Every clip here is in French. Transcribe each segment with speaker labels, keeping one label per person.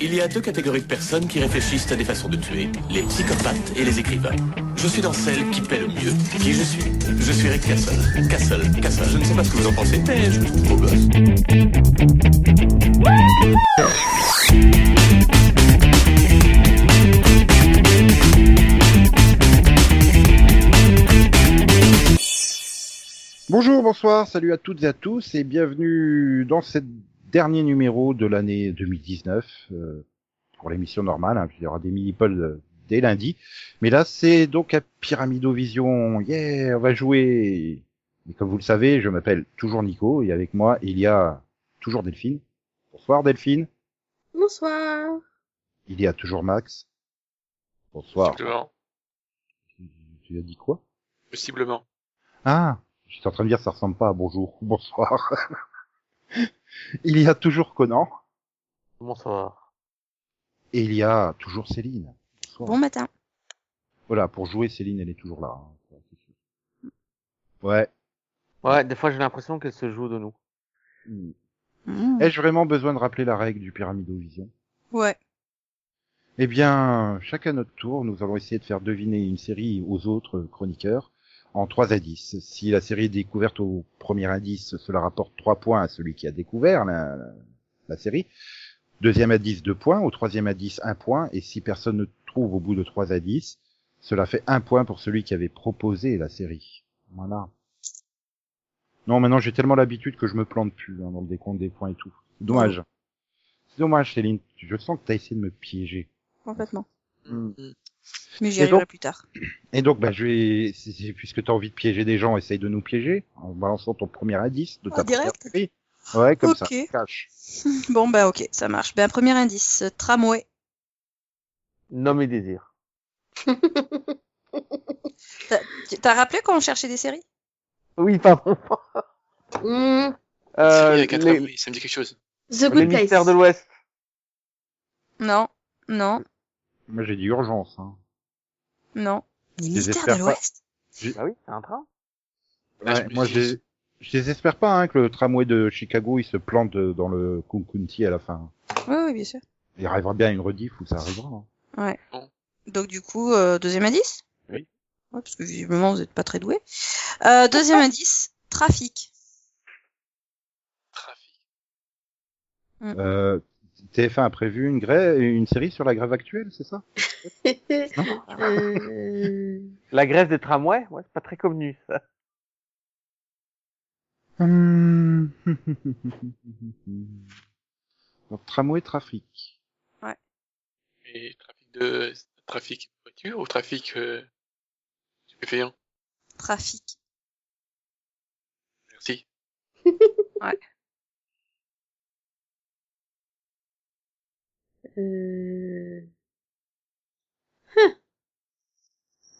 Speaker 1: Il y a deux catégories de personnes qui réfléchissent à des façons de tuer, les psychopathes et les écrivains. Je suis dans celle qui paie le mieux. Qui je suis Je suis Rick Castle. Castle, Castle. Je ne sais pas ce que vous en pensez, mais je me trouve beau gosse.
Speaker 2: Bonjour, bonsoir, salut à toutes et à tous et bienvenue dans ce dernier numéro de l'année 2019 euh, pour l'émission normale. hein, puis il y aura des mini-pods euh, dès lundi. Mais là, c'est donc à Pyramidovision. Yeah, on va jouer. Et comme vous le savez, je m'appelle toujours Nico et avec moi, il y a toujours Delphine. Bonsoir Delphine.
Speaker 3: Bonsoir.
Speaker 2: Il y a toujours Max. Bonsoir.
Speaker 4: Possiblement.
Speaker 2: Tu as dit quoi
Speaker 4: Possiblement.
Speaker 2: Ah, j'étais en train de dire ça ressemble pas à bonjour, bonsoir. il y a toujours Conan
Speaker 5: Bonsoir.
Speaker 2: et il y a toujours Céline. Bonsoir.
Speaker 3: Bon matin.
Speaker 2: Voilà, pour jouer Céline, elle est toujours là. hein. Ouais, c'est sûr. Ouais.
Speaker 5: Ouais, des fois j'ai l'impression qu'elle se joue de nous.
Speaker 2: Hmm.
Speaker 3: Mmh.
Speaker 2: Ai-je vraiment besoin de rappeler la règle du pyramidovision
Speaker 3: Ouais.
Speaker 2: Eh bien, chacun notre tour, nous allons essayer de faire deviner une série aux autres chroniqueurs en trois indices. Si la série est découverte au premier indice, cela rapporte trois points à celui qui a découvert la, la série. Deuxième indice, deux points. Au troisième indice, un point. Et si personne ne trouve au bout de trois indices, cela fait un point pour celui qui avait proposé la série. Voilà. Non, maintenant j'ai tellement l'habitude que je me plante plus hein, dans le décompte des points et tout. Dommage. C'est dommage, Céline. Je sens que t'as essayé de me piéger.
Speaker 3: Complètement.
Speaker 2: Mm.
Speaker 3: Mais j'y
Speaker 2: Et
Speaker 3: arriverai
Speaker 2: donc-
Speaker 3: plus tard.
Speaker 2: Et donc, bah, je vais, si- si- puisque t'as envie de piéger des gens, essaye de nous piéger en balançant ton premier indice de ta
Speaker 3: En direct
Speaker 2: première série. Ouais, comme
Speaker 3: Ok.
Speaker 2: ça. Cache.
Speaker 3: Bon bah ok, ça marche. Ben premier indice, euh, tramway.
Speaker 5: Nomme et désir.
Speaker 3: Tu- T'as rappelé quand on cherchait des séries
Speaker 5: Oui, pardon.
Speaker 6: Hmm,
Speaker 5: Euh,
Speaker 4: Ça me dit
Speaker 5: les,
Speaker 4: à quatre heures, oui, ça me dit quelque chose.
Speaker 6: The
Speaker 5: les
Speaker 6: Good Place.
Speaker 5: mystères de l'Ouest.
Speaker 3: Non, non,
Speaker 2: Moi, j'ai dit urgence. Hein.
Speaker 3: non. Les mystères
Speaker 2: Désespère
Speaker 3: de
Speaker 2: pas.
Speaker 3: l'Ouest.
Speaker 5: Bah oui, c'est un train.
Speaker 4: Ah,
Speaker 2: Ouais,
Speaker 4: je-
Speaker 2: moi,
Speaker 4: je-
Speaker 2: je, dés- je désespère pas hein, que le tramway de Chicago il se plante euh, dans le Coon County à la fin.
Speaker 3: Oui, oui, bien sûr.
Speaker 2: Il arrivera bien à une rediff où ça arrivera. hein.
Speaker 3: Donc du coup, euh, deuxième indice
Speaker 4: Oui.
Speaker 3: Ouais, parce que visiblement vous n'êtes pas très doué. Euh, deuxième indice, trafic.
Speaker 4: Trafic.
Speaker 2: Euh, TF1 a prévu une grève, une série sur la grève actuelle, c'est ça
Speaker 6: Euh,
Speaker 5: La grève des tramways, ouais, c'est pas très connu ça.
Speaker 2: Hum. Donc, tramway trafic.
Speaker 4: Et trafic de trafic de voiture ou trafic euh... stupéfiant
Speaker 3: Trafic.
Speaker 4: Merci.
Speaker 6: euh,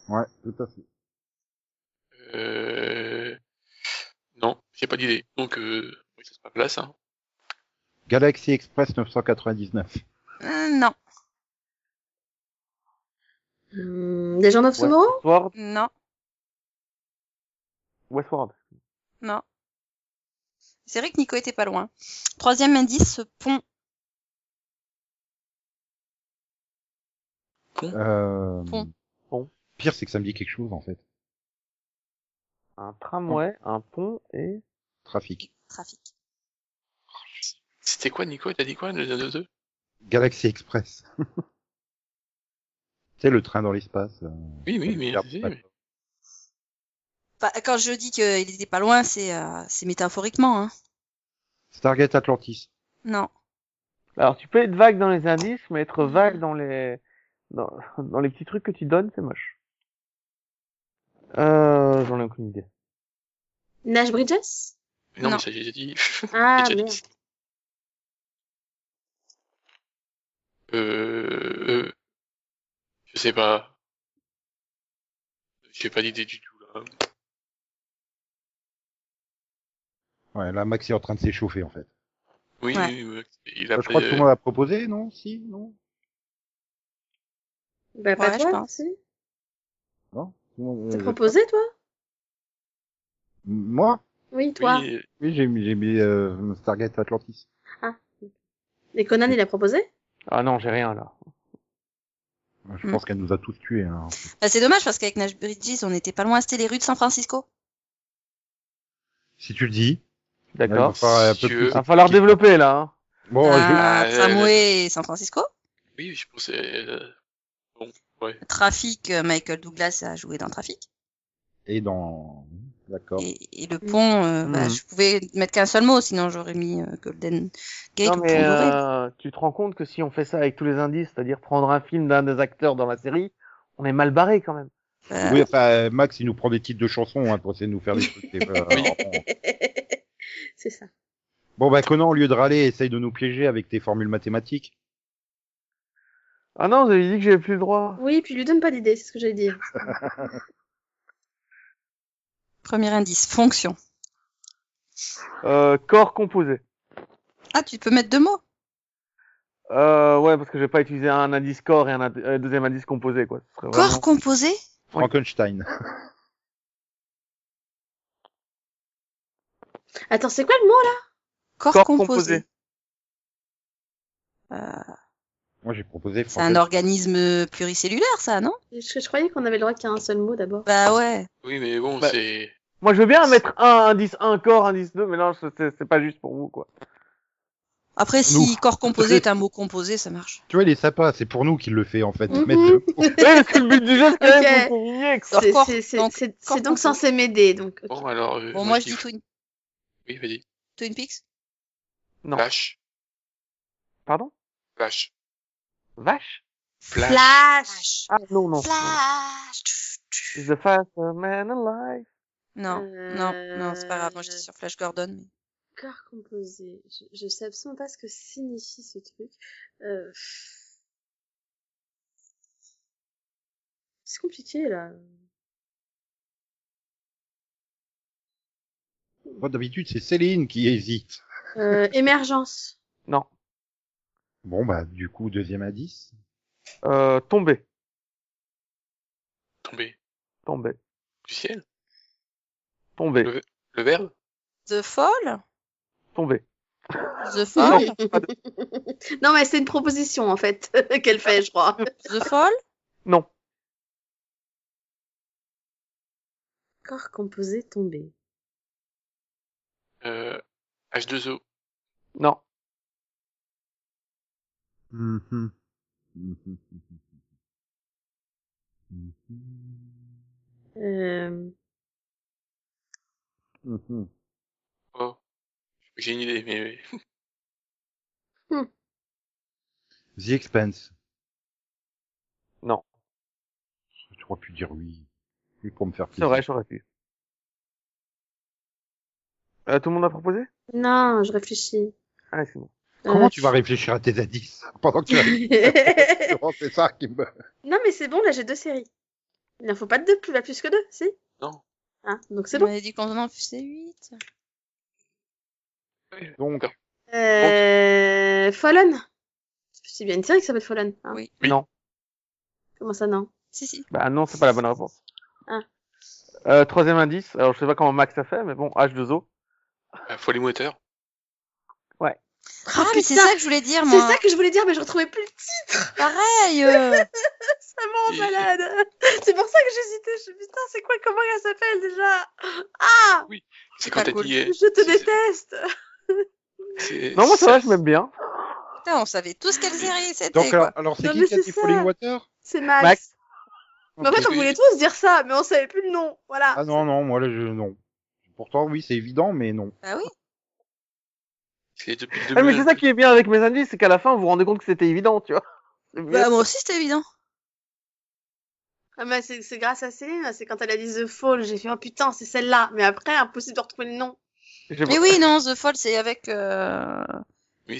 Speaker 2: Ouais, tout à fait.
Speaker 4: Euh... Non, j'ai pas d'idée. Donc euh... oui, ça se passe là, ça.
Speaker 2: Galaxy Express 999.
Speaker 3: Euh, non,
Speaker 6: hmm, Legend of Tomorrow
Speaker 5: Westworld.
Speaker 3: non,
Speaker 5: Westworld.
Speaker 3: non. C'est vrai que Nico était pas loin. Troisième indice, pont.
Speaker 2: Euh...
Speaker 3: Pont.
Speaker 5: Pont.
Speaker 2: Pire, c'est que ça me dit quelque chose, en fait.
Speaker 5: Un tramway, un pont et.
Speaker 2: Trafic.
Speaker 3: Trafic.
Speaker 4: C'était quoi, Nico T'as dit quoi le 2
Speaker 2: Galaxy Express. c'est le train dans l'espace. euh,
Speaker 4: Oui, oui, mais.
Speaker 2: Cap-
Speaker 4: si, si, mais-
Speaker 3: Pas- quand je dis qu'il était pas loin, c'est euh, c'est métaphoriquement. Hein.
Speaker 2: Stargate Atlantis.
Speaker 3: Non,
Speaker 5: Alors tu peux être vague dans les indices, mais être vague dans les dans, dans les petits trucs que tu donnes, c'est moche. Euh, j'en ai aucune idée.
Speaker 6: Nash Bridges
Speaker 3: Non.
Speaker 4: Non, mais ça, j'ai dit.
Speaker 6: Ah,
Speaker 4: j'ai déjà
Speaker 6: merde.
Speaker 4: dit. Euh... euh, Je sais pas. J'ai pas d'idée du tout, là.
Speaker 2: Ouais, là, Max est en train de s'échauffer, en fait.
Speaker 4: Oui,
Speaker 3: Ouais.
Speaker 4: oui, oui, il a
Speaker 2: Je crois que
Speaker 4: fait-
Speaker 2: tout le monde a proposé, non Si Non
Speaker 6: Bah, pas
Speaker 3: Ouais, je
Speaker 6: toi,
Speaker 3: pense.
Speaker 6: si.
Speaker 2: Tout le monde-
Speaker 6: T'as
Speaker 2: euh,
Speaker 6: proposé, toi
Speaker 2: Moi
Speaker 6: Oui, toi.
Speaker 4: Oui,
Speaker 2: euh, Oui, j'ai mis, j'ai mis euh, Stargate Atlantis.
Speaker 6: Et Conan, il a proposé
Speaker 5: Ah non, j'ai rien là.
Speaker 2: Je
Speaker 3: Hmm.
Speaker 2: pense qu'elle nous a tous tués. Hein.
Speaker 3: Bah, c'est dommage parce qu'avec Nash Bridges, on était pas loin. C'était les rues de San Francisco.
Speaker 2: Si tu le dis.
Speaker 5: D'accord.
Speaker 2: Ouais, il faut faire un peu
Speaker 4: Si tu
Speaker 2: plus
Speaker 4: veux.
Speaker 5: Il va falloir développer là. Hein.
Speaker 2: Bon,
Speaker 3: Ah,
Speaker 4: je-
Speaker 3: Tramway et San Francisco.
Speaker 4: Oui, je pensais. euh,
Speaker 3: Trafic, euh, Michael Douglas a joué dans Trafic.
Speaker 2: je- et dans. D'accord.
Speaker 3: Et, et le pont, euh, bah,
Speaker 5: Mhm.
Speaker 3: je pouvais mettre qu'un seul mot, sinon j'aurais mis euh, Golden Gate
Speaker 5: Non
Speaker 3: ou
Speaker 5: mais
Speaker 3: Pont Doré.
Speaker 5: euh, tu te rends compte que si on fait ça avec tous les indices, c'est-à-dire prendre un film d'un des acteurs dans la série, on est mal barré quand même.
Speaker 3: Euh,
Speaker 2: Oui, enfin, euh, Max, il nous prend des titres de chansons hein, pour essayer de nous faire des trucs. euh, alors, bon.
Speaker 6: c'est ça.
Speaker 2: bon, bah, Conan, au lieu de râler, essaye de nous piéger avec tes formules mathématiques.
Speaker 5: Ah non, vous avez dit que j'avais plus le droit.
Speaker 6: Oui, puis lui donne pas d'idée, c'est ce que j'allais dire.
Speaker 3: Premier indice, fonction.
Speaker 5: Euh, corps composé.
Speaker 3: Ah, tu peux mettre deux mots.
Speaker 5: Euh, ouais, parce que j'ai pas utilisé un indice corps et un, indi- euh, deuxième indice composé quoi. Ce serait
Speaker 3: Corps
Speaker 5: vraiment-
Speaker 3: composé
Speaker 2: Frankenstein.
Speaker 6: Attends, c'est quoi le mot là
Speaker 3: Corps,
Speaker 5: Corps
Speaker 3: composé.
Speaker 5: composé.
Speaker 3: Euh,
Speaker 2: Moi, j'ai proposé
Speaker 3: c'est un
Speaker 2: Franken-
Speaker 3: organisme pluricellulaire, ça, non
Speaker 6: je, je croyais qu'on avait le droit qu'à un seul mot d'abord.
Speaker 3: Bah ouais.
Speaker 4: Oui, mais bon,
Speaker 5: Bah,
Speaker 4: c'est.
Speaker 5: Moi je veux bien mettre un indice un corps, indice deux, mais non, c'est- c'est c'est pas juste pour vous quoi.
Speaker 3: Après, si
Speaker 2: Nous.
Speaker 3: corps composé est un mot composé, ça marche.
Speaker 2: Tu vois, il est sympa, c'est pour nous qu'il le fait, en fait. euh,
Speaker 6: Mhm.
Speaker 2: Mettre le-
Speaker 5: Oui, parce que le but du jeu c'est quand même
Speaker 6: Ok.
Speaker 5: que vous conveniez, quoi.
Speaker 3: Leur
Speaker 6: C'est-
Speaker 3: corps,
Speaker 6: c'est- C'est
Speaker 3: donc,
Speaker 6: c'est-
Speaker 3: corps
Speaker 6: c'est donc
Speaker 3: composé.
Speaker 6: censé m'aider. Donc, ok.
Speaker 4: Bon, alors. euh,
Speaker 3: Bon, moi, je
Speaker 4: dis
Speaker 3: dis Twin,
Speaker 4: Oui, vas-y.
Speaker 3: Twin Peaks.
Speaker 5: Non.
Speaker 4: Flash.
Speaker 5: Pardon
Speaker 4: Flash.
Speaker 5: Vache
Speaker 4: Flash.
Speaker 6: Flash.
Speaker 5: Ah non non.
Speaker 3: Flash.
Speaker 5: He's the fastest man alive.
Speaker 3: Non, non, non, c'est pas grave. Moi,
Speaker 6: Euh,
Speaker 3: j'étais sur Flash Gordon. mais-
Speaker 6: Corps composé. Je, je sais absolument pas ce que signifie ce truc. Euh, pff. C'est compliqué là.
Speaker 2: Moi, d'habitude, c'est Céline qui hésite.
Speaker 6: Euh, émergence.
Speaker 5: Non.
Speaker 2: Bon, bah, du coup, deuxième indice.
Speaker 5: Euh, tomber.
Speaker 4: Tombé.
Speaker 5: Tomber.
Speaker 4: Du ciel.
Speaker 5: Tomber.
Speaker 4: Le verbe.
Speaker 3: The Fall
Speaker 5: Tomber.
Speaker 3: The Fall
Speaker 6: non mais c'est une proposition en fait qu'elle fait, je crois.
Speaker 3: The Fall
Speaker 5: Non.
Speaker 6: Corps composé tombé.
Speaker 4: Euh, H2O.
Speaker 5: Non.
Speaker 2: Mhm. Mhm. Mhm.
Speaker 6: Euh,
Speaker 2: Mhm.
Speaker 4: Oh. J'ai une idée, mais.
Speaker 2: The Expense.
Speaker 5: Non.
Speaker 2: Tu aurais pu dire oui. Juste pour me faire
Speaker 5: C'est
Speaker 2: plaisir.
Speaker 5: vrai, j'aurais pu. Euh, tout le monde a proposé
Speaker 6: Non, je réfléchis.
Speaker 5: Ah, c'est bon.
Speaker 2: Comment
Speaker 6: Euh,
Speaker 2: tu vas réfléchir à tes indices pendant que tu réfléchis C'est ça qui me...
Speaker 6: non mais c'est bon, là j'ai deux séries. Il n'en faut pas de deux, plus, pas plus que deux, si
Speaker 4: Non.
Speaker 6: Hein, donc c'est
Speaker 3: On
Speaker 6: bon.
Speaker 3: avait dit qu'on en faisait 8.
Speaker 2: Donc,
Speaker 6: Euh, Fallen. C'est bien une série qui s'appelle Fallen. Hein
Speaker 3: Oui.
Speaker 4: Oui.
Speaker 5: Non.
Speaker 6: Comment ça, non
Speaker 3: Si, si.
Speaker 5: Bah non, c'est pas la bonne réponse.
Speaker 6: Ah.
Speaker 5: Euh, troisième indice. Alors, je sais pas comment Max a fait, mais bon, H2O.
Speaker 4: Euh, Folie moteur.
Speaker 3: Ah, mais c'est ça que je voulais dire,
Speaker 6: C'est
Speaker 3: moi.
Speaker 6: ça que je voulais dire, mais je retrouvais plus le titre.
Speaker 3: Pareil. euh.
Speaker 6: Ça me rend
Speaker 4: Et-
Speaker 6: malade. C'est pour ça que j'hésitais. Je me suis dit, putain, c'est quoi Comment elle s'appelle déjà Ah
Speaker 4: C'est
Speaker 3: C'est
Speaker 4: quand
Speaker 3: pas
Speaker 4: t'as
Speaker 3: cool.
Speaker 4: dit. euh,
Speaker 6: Je te
Speaker 4: c'est-
Speaker 6: déteste.
Speaker 4: c'est-
Speaker 5: Non, moi, ça va,
Speaker 4: ça-
Speaker 5: je m'aime bien.
Speaker 3: Putain, on savait tous quelle série c'était.
Speaker 2: donc alors,
Speaker 3: quoi.
Speaker 2: alors c'est
Speaker 6: Eh, Non,
Speaker 2: qui
Speaker 6: mais
Speaker 2: qui a dit
Speaker 6: c'est ça.
Speaker 2: Falling Water
Speaker 6: C'est Max.
Speaker 5: Max.
Speaker 6: Mais en fait, on voulait tous dire ça, mais on savait plus le nom. Voilà.
Speaker 2: Ah non, non, moi, là, je... Non. Pourtant, oui, c'est évident, mais non.
Speaker 3: Bah oui.
Speaker 4: C'est depuis
Speaker 5: Ah, mais c'est
Speaker 4: 2000.
Speaker 5: ça qui est bien avec mes indices, c'est qu'à la fin, vous vous rendez compte que c'était évident, tu vois. C'est bien.
Speaker 3: Bah, moi aussi, c'était évident.
Speaker 6: Ah, mais c'est c'est grâce à Céline. hein. C'est quand elle a dit The Fall, j'ai fait oh putain, c'est celle-là. Mais après, impossible de retrouver le nom.
Speaker 5: J'ai-
Speaker 3: Mais oui, non, The Fall, c'est avec, euh,
Speaker 4: Oui,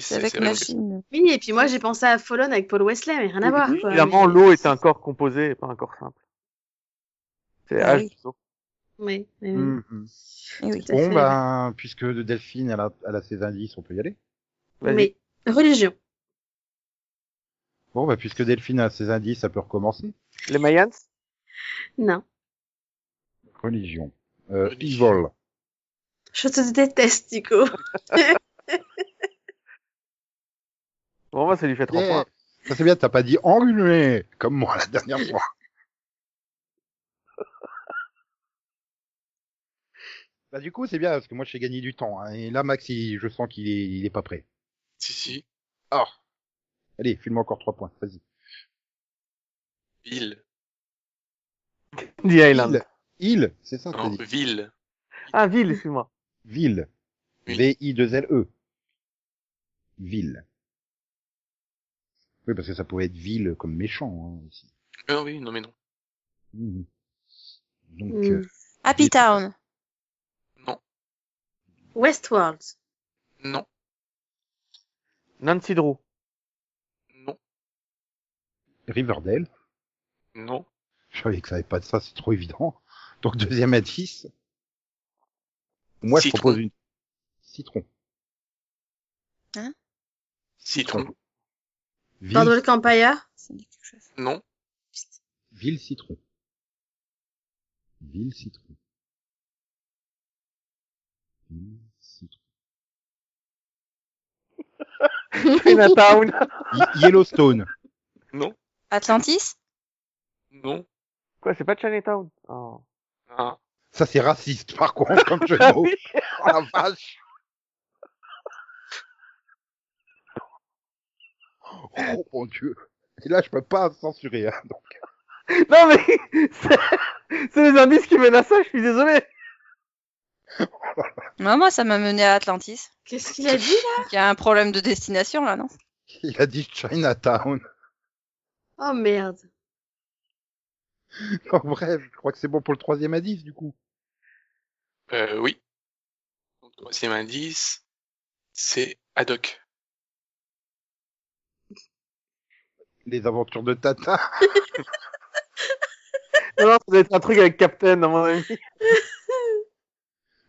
Speaker 3: c'est
Speaker 4: c'est
Speaker 3: avec
Speaker 4: c'est vrai.
Speaker 3: Machine.
Speaker 6: Oui, et puis moi, j'ai pensé à Fallen avec Paul Wesley, mais rien à voir. quoi.
Speaker 5: Évidemment, l'eau est un corps composé et pas un corps simple. C'est
Speaker 3: Ah oui.
Speaker 5: H2O.
Speaker 6: Oui. oui, oui.
Speaker 2: Mhm.
Speaker 3: Eh oui.
Speaker 6: Tout à
Speaker 2: Bon,
Speaker 6: fait.
Speaker 2: ben, puisque Delphine, elle a, elle a ses indices, on peut y aller.
Speaker 5: Vas-y.
Speaker 6: Mais religion.
Speaker 2: Bon, bah, puisque Delphine a ses indices, ça peut recommencer.
Speaker 5: Les Mayans
Speaker 6: Non.
Speaker 2: Religion. Euh,
Speaker 4: Religion.
Speaker 2: evil.
Speaker 6: Je te déteste, Nico.
Speaker 5: Bon, moi, ça lui fait trois
Speaker 2: Yeah.
Speaker 4: Eh.
Speaker 5: points.
Speaker 2: Ça c'est bien, t'as pas dit enrhumé, comme moi la dernière fois. bah du coup c'est bien, parce que moi j'ai gagné du temps. hein. et là Max, il- je sens qu'il est, il est pas prêt.
Speaker 4: Si, si.
Speaker 2: Ah Allez, file-moi encore trois points, vas-y.
Speaker 4: Ville.
Speaker 5: The Island.
Speaker 2: Il, c'est ça que t'as
Speaker 4: Non,
Speaker 2: dit.
Speaker 4: ville.
Speaker 5: Ah, ville, excuse-moi.
Speaker 2: Ville.
Speaker 4: Oui.
Speaker 2: V-I-2-L-E. Ville. Oui, parce que ça pouvait être ville comme méchant hein, aussi.
Speaker 4: Ah non, oui, non, mais non.
Speaker 2: Mhm. Donc,
Speaker 6: Hmm.
Speaker 2: euh,
Speaker 3: Happy Town.
Speaker 6: Westworld.
Speaker 4: Non,
Speaker 5: Nancy Drew.
Speaker 4: non,
Speaker 2: Riverdale.
Speaker 4: non.
Speaker 2: Je savais que ça avait pas de ça, c'est trop évident. Donc deuxième indice. Moi,
Speaker 4: Citron.
Speaker 2: je propose une citron.
Speaker 4: Citron.
Speaker 2: Ville,
Speaker 6: Boardwalk Empire.
Speaker 3: Ça me dit quelque chose.
Speaker 4: Non.
Speaker 2: ville citron. Ville citron. Ville citron.
Speaker 5: Chinatown.
Speaker 2: Y- Yellowstone.
Speaker 4: Non.
Speaker 3: Atlantis
Speaker 4: Non.
Speaker 5: Quoi, c'est pas Chinatown oh.
Speaker 4: Ah.
Speaker 2: Ça c'est raciste par contre comme jeu de mots. Oh la vache. Oh mon dieu. Et là je peux pas censurer. Hein. donc.
Speaker 5: Non, mais c'est- c'est les indices qui mènent à ça, je suis désolé.
Speaker 3: Non, moi, ça m'a mené à Atlantis.
Speaker 6: Qu'est-ce qu'il a dit là
Speaker 3: Il y a un problème de destination, là, non
Speaker 2: Il a dit Chinatown.
Speaker 6: Oh merde.
Speaker 2: En bref, je crois que c'est bon pour le troisième indice du coup.
Speaker 4: Euh, oui. Donc, troisième indice, c'est ad hoc.
Speaker 2: Les aventures de Tata.
Speaker 5: Non, non, ça doit être un truc avec Captain, à mon avis.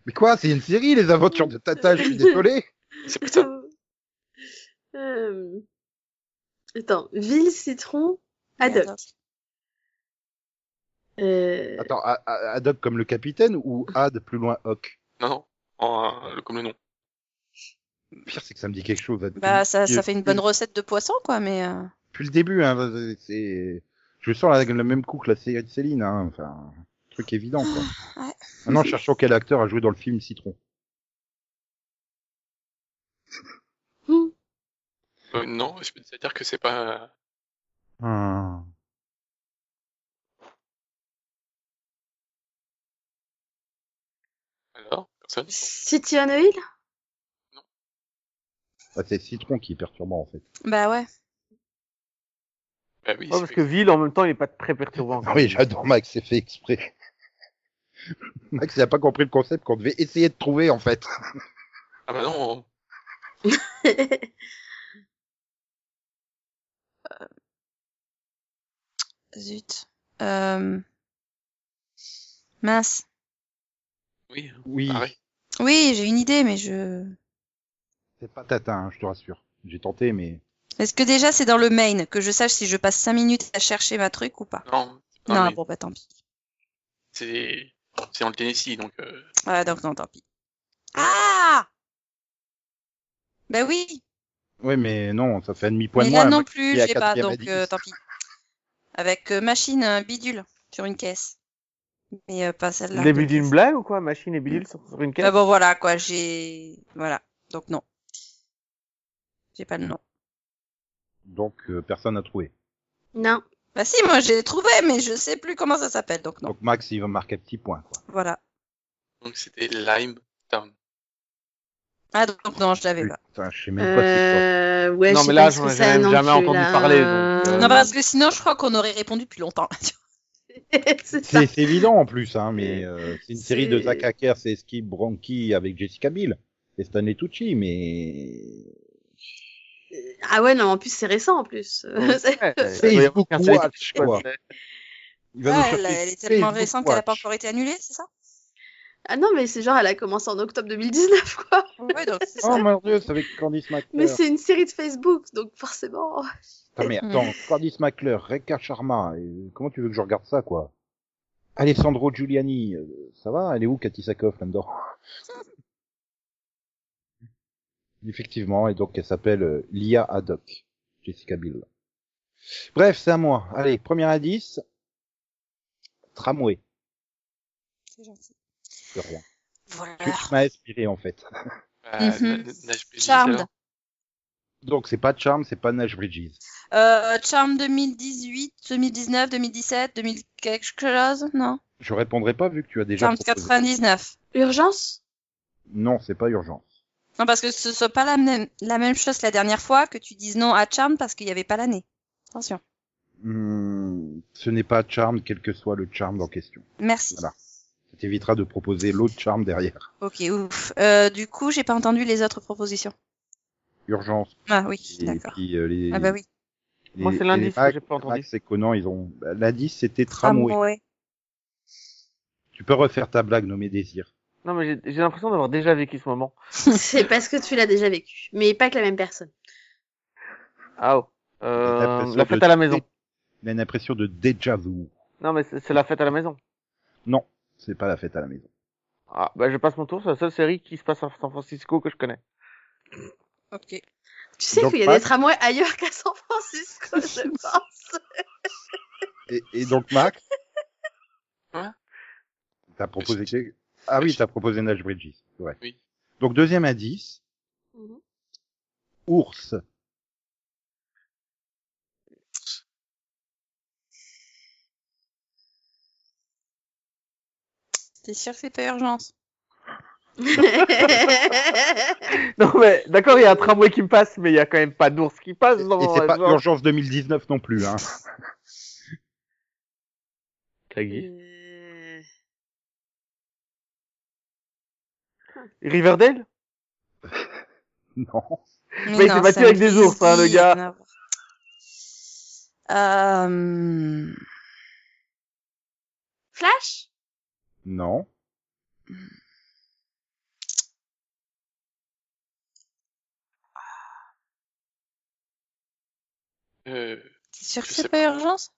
Speaker 2: Mais quoi C'est une série les aventures de Tata. Je suis désolé.
Speaker 4: C'est pas ça.
Speaker 6: Euh, Attends, ville, citron, ad hoc. Euh,
Speaker 2: Attends, A- A- Ad hoc comme le capitaine ou Ad plus loin Hoc.
Speaker 4: Non, non. En, euh, comme le nom.
Speaker 2: Le Pire c'est que ça me dit quelque chose. Ad-
Speaker 3: Bah, ça, ça
Speaker 2: Dieu.
Speaker 3: fait une bonne recette de poisson, quoi, mais. euh,
Speaker 2: depuis le début. Hein, c'est, je sens la, le même coup que la série de Céline. Hein, enfin, un truc évident. Quoi.
Speaker 3: Ah, Ouais.
Speaker 2: Maintenant, cherchons quel acteur a joué dans le film Citron.
Speaker 6: hmm,
Speaker 4: Euh, non, je peux te dire que c'est pas. Alors, personne.
Speaker 6: City on a Hill
Speaker 2: Bah, c'est Citron qui est perturbant en fait.
Speaker 3: Bah ouais.
Speaker 4: Bah
Speaker 5: Ouais,
Speaker 4: oui, c'est
Speaker 5: Oh, parce que ville, en même temps, il est pas très perturbant.
Speaker 2: Ah oui, j'adore Max, c'est fait exprès. Max, il a pas compris le concept qu'on devait essayer de trouver en fait.
Speaker 4: Ah bah non,
Speaker 3: Zut. Euh... Mince.
Speaker 4: oui,
Speaker 2: Ah Oui,
Speaker 4: pareil.
Speaker 3: Oui, j'ai une idée, mais je.
Speaker 2: c'est pas Tata, hein, je te rassure. J'ai tenté, mais
Speaker 3: Est-ce que déjà c'est dans le main que je sache si je passe 5 minutes à chercher ma truc ou pas
Speaker 4: Non, c'est pas
Speaker 3: Non,
Speaker 4: dans le-
Speaker 3: bon, bah tant pis.
Speaker 4: c'est c'est dans le Tennessee, donc euh,
Speaker 3: Ouais, donc non, tant pis. Ah Bah oui
Speaker 2: ouais, mais non, ça fait un demi point
Speaker 3: Mais
Speaker 2: de
Speaker 3: là
Speaker 2: moins.
Speaker 3: non
Speaker 2: Max,
Speaker 3: plus,
Speaker 2: qui est à
Speaker 3: j'ai pas,
Speaker 2: quatrième à
Speaker 3: donc euh,
Speaker 2: dix.
Speaker 3: tant pis. Avec euh, machine euh, bidule sur une caisse. Mais euh, pas celle-là.
Speaker 5: Début
Speaker 3: donc,
Speaker 5: d'une blague ou quoi Machine et bidule sur, sur une
Speaker 3: Ah
Speaker 5: caisse
Speaker 3: bon voilà quoi, j'ai voilà. Donc non. J'ai pas le nom.
Speaker 2: Donc euh, personne n'a trouvé.
Speaker 6: Non.
Speaker 3: Bah si, moi j'ai trouvé mais je sais plus comment ça s'appelle donc non.
Speaker 2: Donc Max, il va marquer un petit point. Quoi.
Speaker 3: Voilà.
Speaker 4: donc c'était Lime Town.
Speaker 3: Ah donc non, je l'avais pas.
Speaker 2: Putain, je sais même pas si c'est ça.
Speaker 6: Euh, ouais,
Speaker 5: Non,
Speaker 6: je
Speaker 5: mais
Speaker 6: sais
Speaker 5: là,
Speaker 6: pas ce
Speaker 5: j'en ai
Speaker 6: que c'est
Speaker 5: jamais-
Speaker 6: non
Speaker 5: jamais
Speaker 6: plus,
Speaker 5: entendu
Speaker 6: là.
Speaker 5: parler, donc, euh,
Speaker 3: Non parce que sinon je crois qu'on aurait répondu depuis longtemps.
Speaker 6: c'est ça.
Speaker 2: C'est c'est évident en plus, hein, mais euh, c'est une
Speaker 6: C'est-
Speaker 2: série de Zach Acker, c'est Skip Bronchi avec Jessica Biel et Stanley Tucci, mais
Speaker 6: Ah ouais, non, en plus, c'est récent, en plus. C'est-
Speaker 5: Ouais,
Speaker 2: C'est
Speaker 5: il doit y avoir
Speaker 2: beaucoup
Speaker 5: qu'un seul
Speaker 2: watch,
Speaker 5: épisode, quoi.
Speaker 2: quoi. il va nous
Speaker 3: Ah, elle,
Speaker 2: chercher
Speaker 3: est tellement
Speaker 2: Facebook
Speaker 3: récente qu'elle a pas
Speaker 2: Watch.
Speaker 3: encore été annulée, c'est ça
Speaker 6: Ah non, mais c'est genre, elle a commencé en octobre 2019, quoi.
Speaker 3: Oui donc c'est ça.
Speaker 2: Oh mon dieu, c'est avec Candice
Speaker 6: Mais
Speaker 2: McClure.
Speaker 6: c'est une série de Facebook, donc forcément.
Speaker 2: Putain, mais attends, Candice McClure, Rekha Sharma, et comment tu veux que je regarde ça, quoi Alessandro Giuliani, euh, ça va Elle est où, Cathy Sakoff, là-dedans Effectivement, et donc elle s'appelle euh, Lia Haddock, Jessica Biel. Bref, c'est à moi. Allez, premier indice. Tramway.
Speaker 3: C'est gentil.
Speaker 2: De rien.
Speaker 3: Voilà.
Speaker 2: Tu m'as inspiré, en fait.
Speaker 4: Bah,
Speaker 3: Mhm.
Speaker 4: Na- Nage Bridges,
Speaker 3: Charmed.
Speaker 4: alors.
Speaker 2: Donc, c'est pas Charm, c'est pas Nash Bridges.
Speaker 3: Euh, Charm 2018, 2019, 2017, 2000 quelque chose, non
Speaker 2: Je répondrai pas vu que tu as déjà
Speaker 3: Charm
Speaker 2: proposé.
Speaker 3: 99.
Speaker 6: Urgence
Speaker 2: Non, c'est pas urgent.
Speaker 3: Non, parce que ce soit pas la même, la même chose que la dernière fois que tu dises non à Charm parce qu'il n'y avait pas l'année. Attention.
Speaker 2: Hmm, ce n'est pas Charm, quel que soit le Charm en question.
Speaker 3: Merci.
Speaker 2: Voilà. Ça t'évitera de proposer l'autre Charm derrière.
Speaker 3: Ok, ouf. Euh, du coup, j'ai pas entendu les autres propositions.
Speaker 2: Urgence.
Speaker 3: Ah oui,
Speaker 2: Et
Speaker 3: d'accord.
Speaker 2: puis, euh, les,
Speaker 3: Ah bah oui.
Speaker 2: les-
Speaker 5: Moi, c'est
Speaker 2: les
Speaker 5: l'indice que
Speaker 2: Max-
Speaker 5: j'ai pas entendu.
Speaker 2: Max et Conan, ils ont, bah, l'indice, c'était tramway.
Speaker 3: Tramway.
Speaker 2: Tu peux refaire ta blague nommée désir.
Speaker 5: Non, mais j'ai- j'ai l'impression d'avoir déjà vécu ce moment.
Speaker 6: C'est parce que tu l'as déjà vécu. Mais pas que la même personne.
Speaker 5: Ah oh.
Speaker 2: J'ai l'impression
Speaker 5: Euh, la
Speaker 2: de-
Speaker 5: fête à la maison.
Speaker 2: Il a une impression de déjà vu.
Speaker 5: Non, mais c'est c'est la fête à la maison.
Speaker 2: Non, c'est pas la fête à la maison.
Speaker 5: Ah, bah, je passe mon tour. C'est la seule série qui se passe à San Francisco que je connais.
Speaker 3: Ok.
Speaker 6: Tu sais
Speaker 2: Donc,
Speaker 6: qu'il y a
Speaker 2: Max-
Speaker 6: des tramways ailleurs qu'à San Francisco, je pense.
Speaker 2: Et, et donc, Max?
Speaker 4: Hein
Speaker 2: T'as proposé, que- ah oui, t'as proposé Nash Bridges. c'est vrai.
Speaker 4: Oui.
Speaker 2: Donc, deuxième indice.
Speaker 6: Mhm.
Speaker 2: Ours.
Speaker 3: T'es sûr que c'est pas urgence
Speaker 5: Non, mais d'accord, il y a un tramway qui me passe, mais il y a quand même pas d'ours qui passe.
Speaker 2: Et
Speaker 5: dans mon
Speaker 2: c'est pas
Speaker 5: genre.
Speaker 2: Urgence 2019 non plus, hein.
Speaker 6: Euh,
Speaker 5: Riverdale
Speaker 2: Non.
Speaker 5: Mais il s'est
Speaker 3: non,
Speaker 5: battu
Speaker 3: ça
Speaker 5: avec
Speaker 3: me
Speaker 5: des ours, hein, le
Speaker 3: dit
Speaker 5: gars.
Speaker 3: rien à voir. Euh...
Speaker 6: Flash
Speaker 2: Non.
Speaker 4: Euh,
Speaker 3: T'es sûr que
Speaker 4: Je
Speaker 3: c'est
Speaker 4: sais
Speaker 3: pas
Speaker 4: pas.
Speaker 3: urgence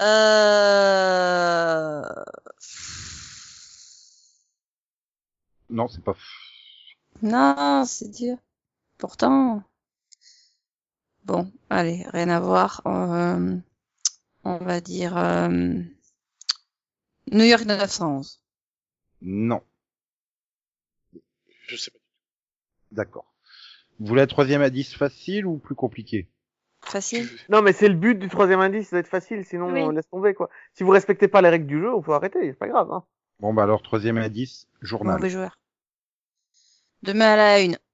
Speaker 3: Euh...
Speaker 2: Non, c'est pas.
Speaker 3: Non, c'est dur. Pourtant. Bon, allez, rien à voir. Euh, on va dire euh, New York 911.
Speaker 2: Non.
Speaker 4: je sais pas.
Speaker 2: D'accord. Vous voulez un troisième indice facile ou plus compliqué
Speaker 3: Facile.
Speaker 5: Non, mais c'est le but du troisième indice, ça doit être facile, sinon
Speaker 6: Oui.
Speaker 5: on laisse tomber, quoi. Si vous respectez pas les règles du jeu, on peut arrêter, c'est pas grave, hein.
Speaker 2: Bon, bah alors, troisième indice, journal.
Speaker 3: Mauvais joueur. Demain à la une.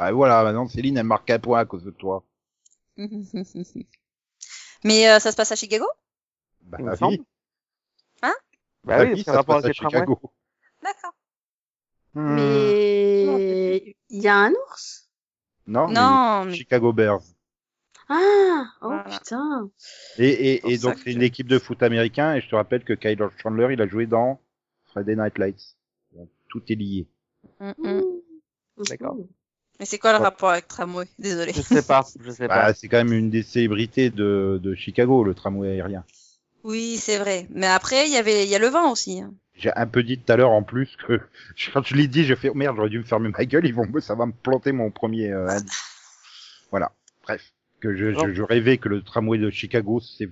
Speaker 2: Ah, voilà, maintenant Céline, elle marque un point à cause de toi.
Speaker 3: Mais euh, ça se passe à Chicago
Speaker 2: Bah,
Speaker 5: Il me
Speaker 2: oui.
Speaker 5: semble.
Speaker 3: Hein
Speaker 5: Bah
Speaker 2: Ah
Speaker 5: oui, c'est
Speaker 2: ça se
Speaker 5: rapport à
Speaker 2: passe à
Speaker 5: ces tramways. Hmm.
Speaker 2: Chicago.
Speaker 3: D'accord.
Speaker 6: Mais il y a un ours
Speaker 2: Non,
Speaker 3: Non,
Speaker 2: mais
Speaker 3: mais-
Speaker 2: Chicago Bears.
Speaker 6: Ah Oh
Speaker 3: Voilà.
Speaker 6: putain
Speaker 2: Et, et,
Speaker 3: pour
Speaker 2: et
Speaker 3: ça
Speaker 2: donc,
Speaker 3: que
Speaker 2: c'est
Speaker 3: je-
Speaker 2: une équipe de foot américain, et je te rappelle que Kyler Chandler, il a joué dans Friday Night Lights. Donc, tout est lié.
Speaker 3: Mm, mm.
Speaker 5: D'accord.
Speaker 3: Mais c'est quoi le
Speaker 2: Ouais.
Speaker 3: rapport avec tramway Désolé.
Speaker 5: Je sais pas, je sais
Speaker 2: Bah,
Speaker 5: pas.
Speaker 2: c'est quand même une des célébrités de, de Chicago, le tramway aérien.
Speaker 3: Oui, c'est vrai. Mais après, il y avait, il y a le vent aussi. hein.
Speaker 2: J'ai un peu dit tout à l'heure en plus que je- quand je l'ai dit, j'ai fait oh, merde, j'aurais dû me fermer ma gueule, ils vont me, ça va me planter mon premier euh, indice. Voilà. Bref, que je, je, je rêvais que le tramway de Chicago s'est-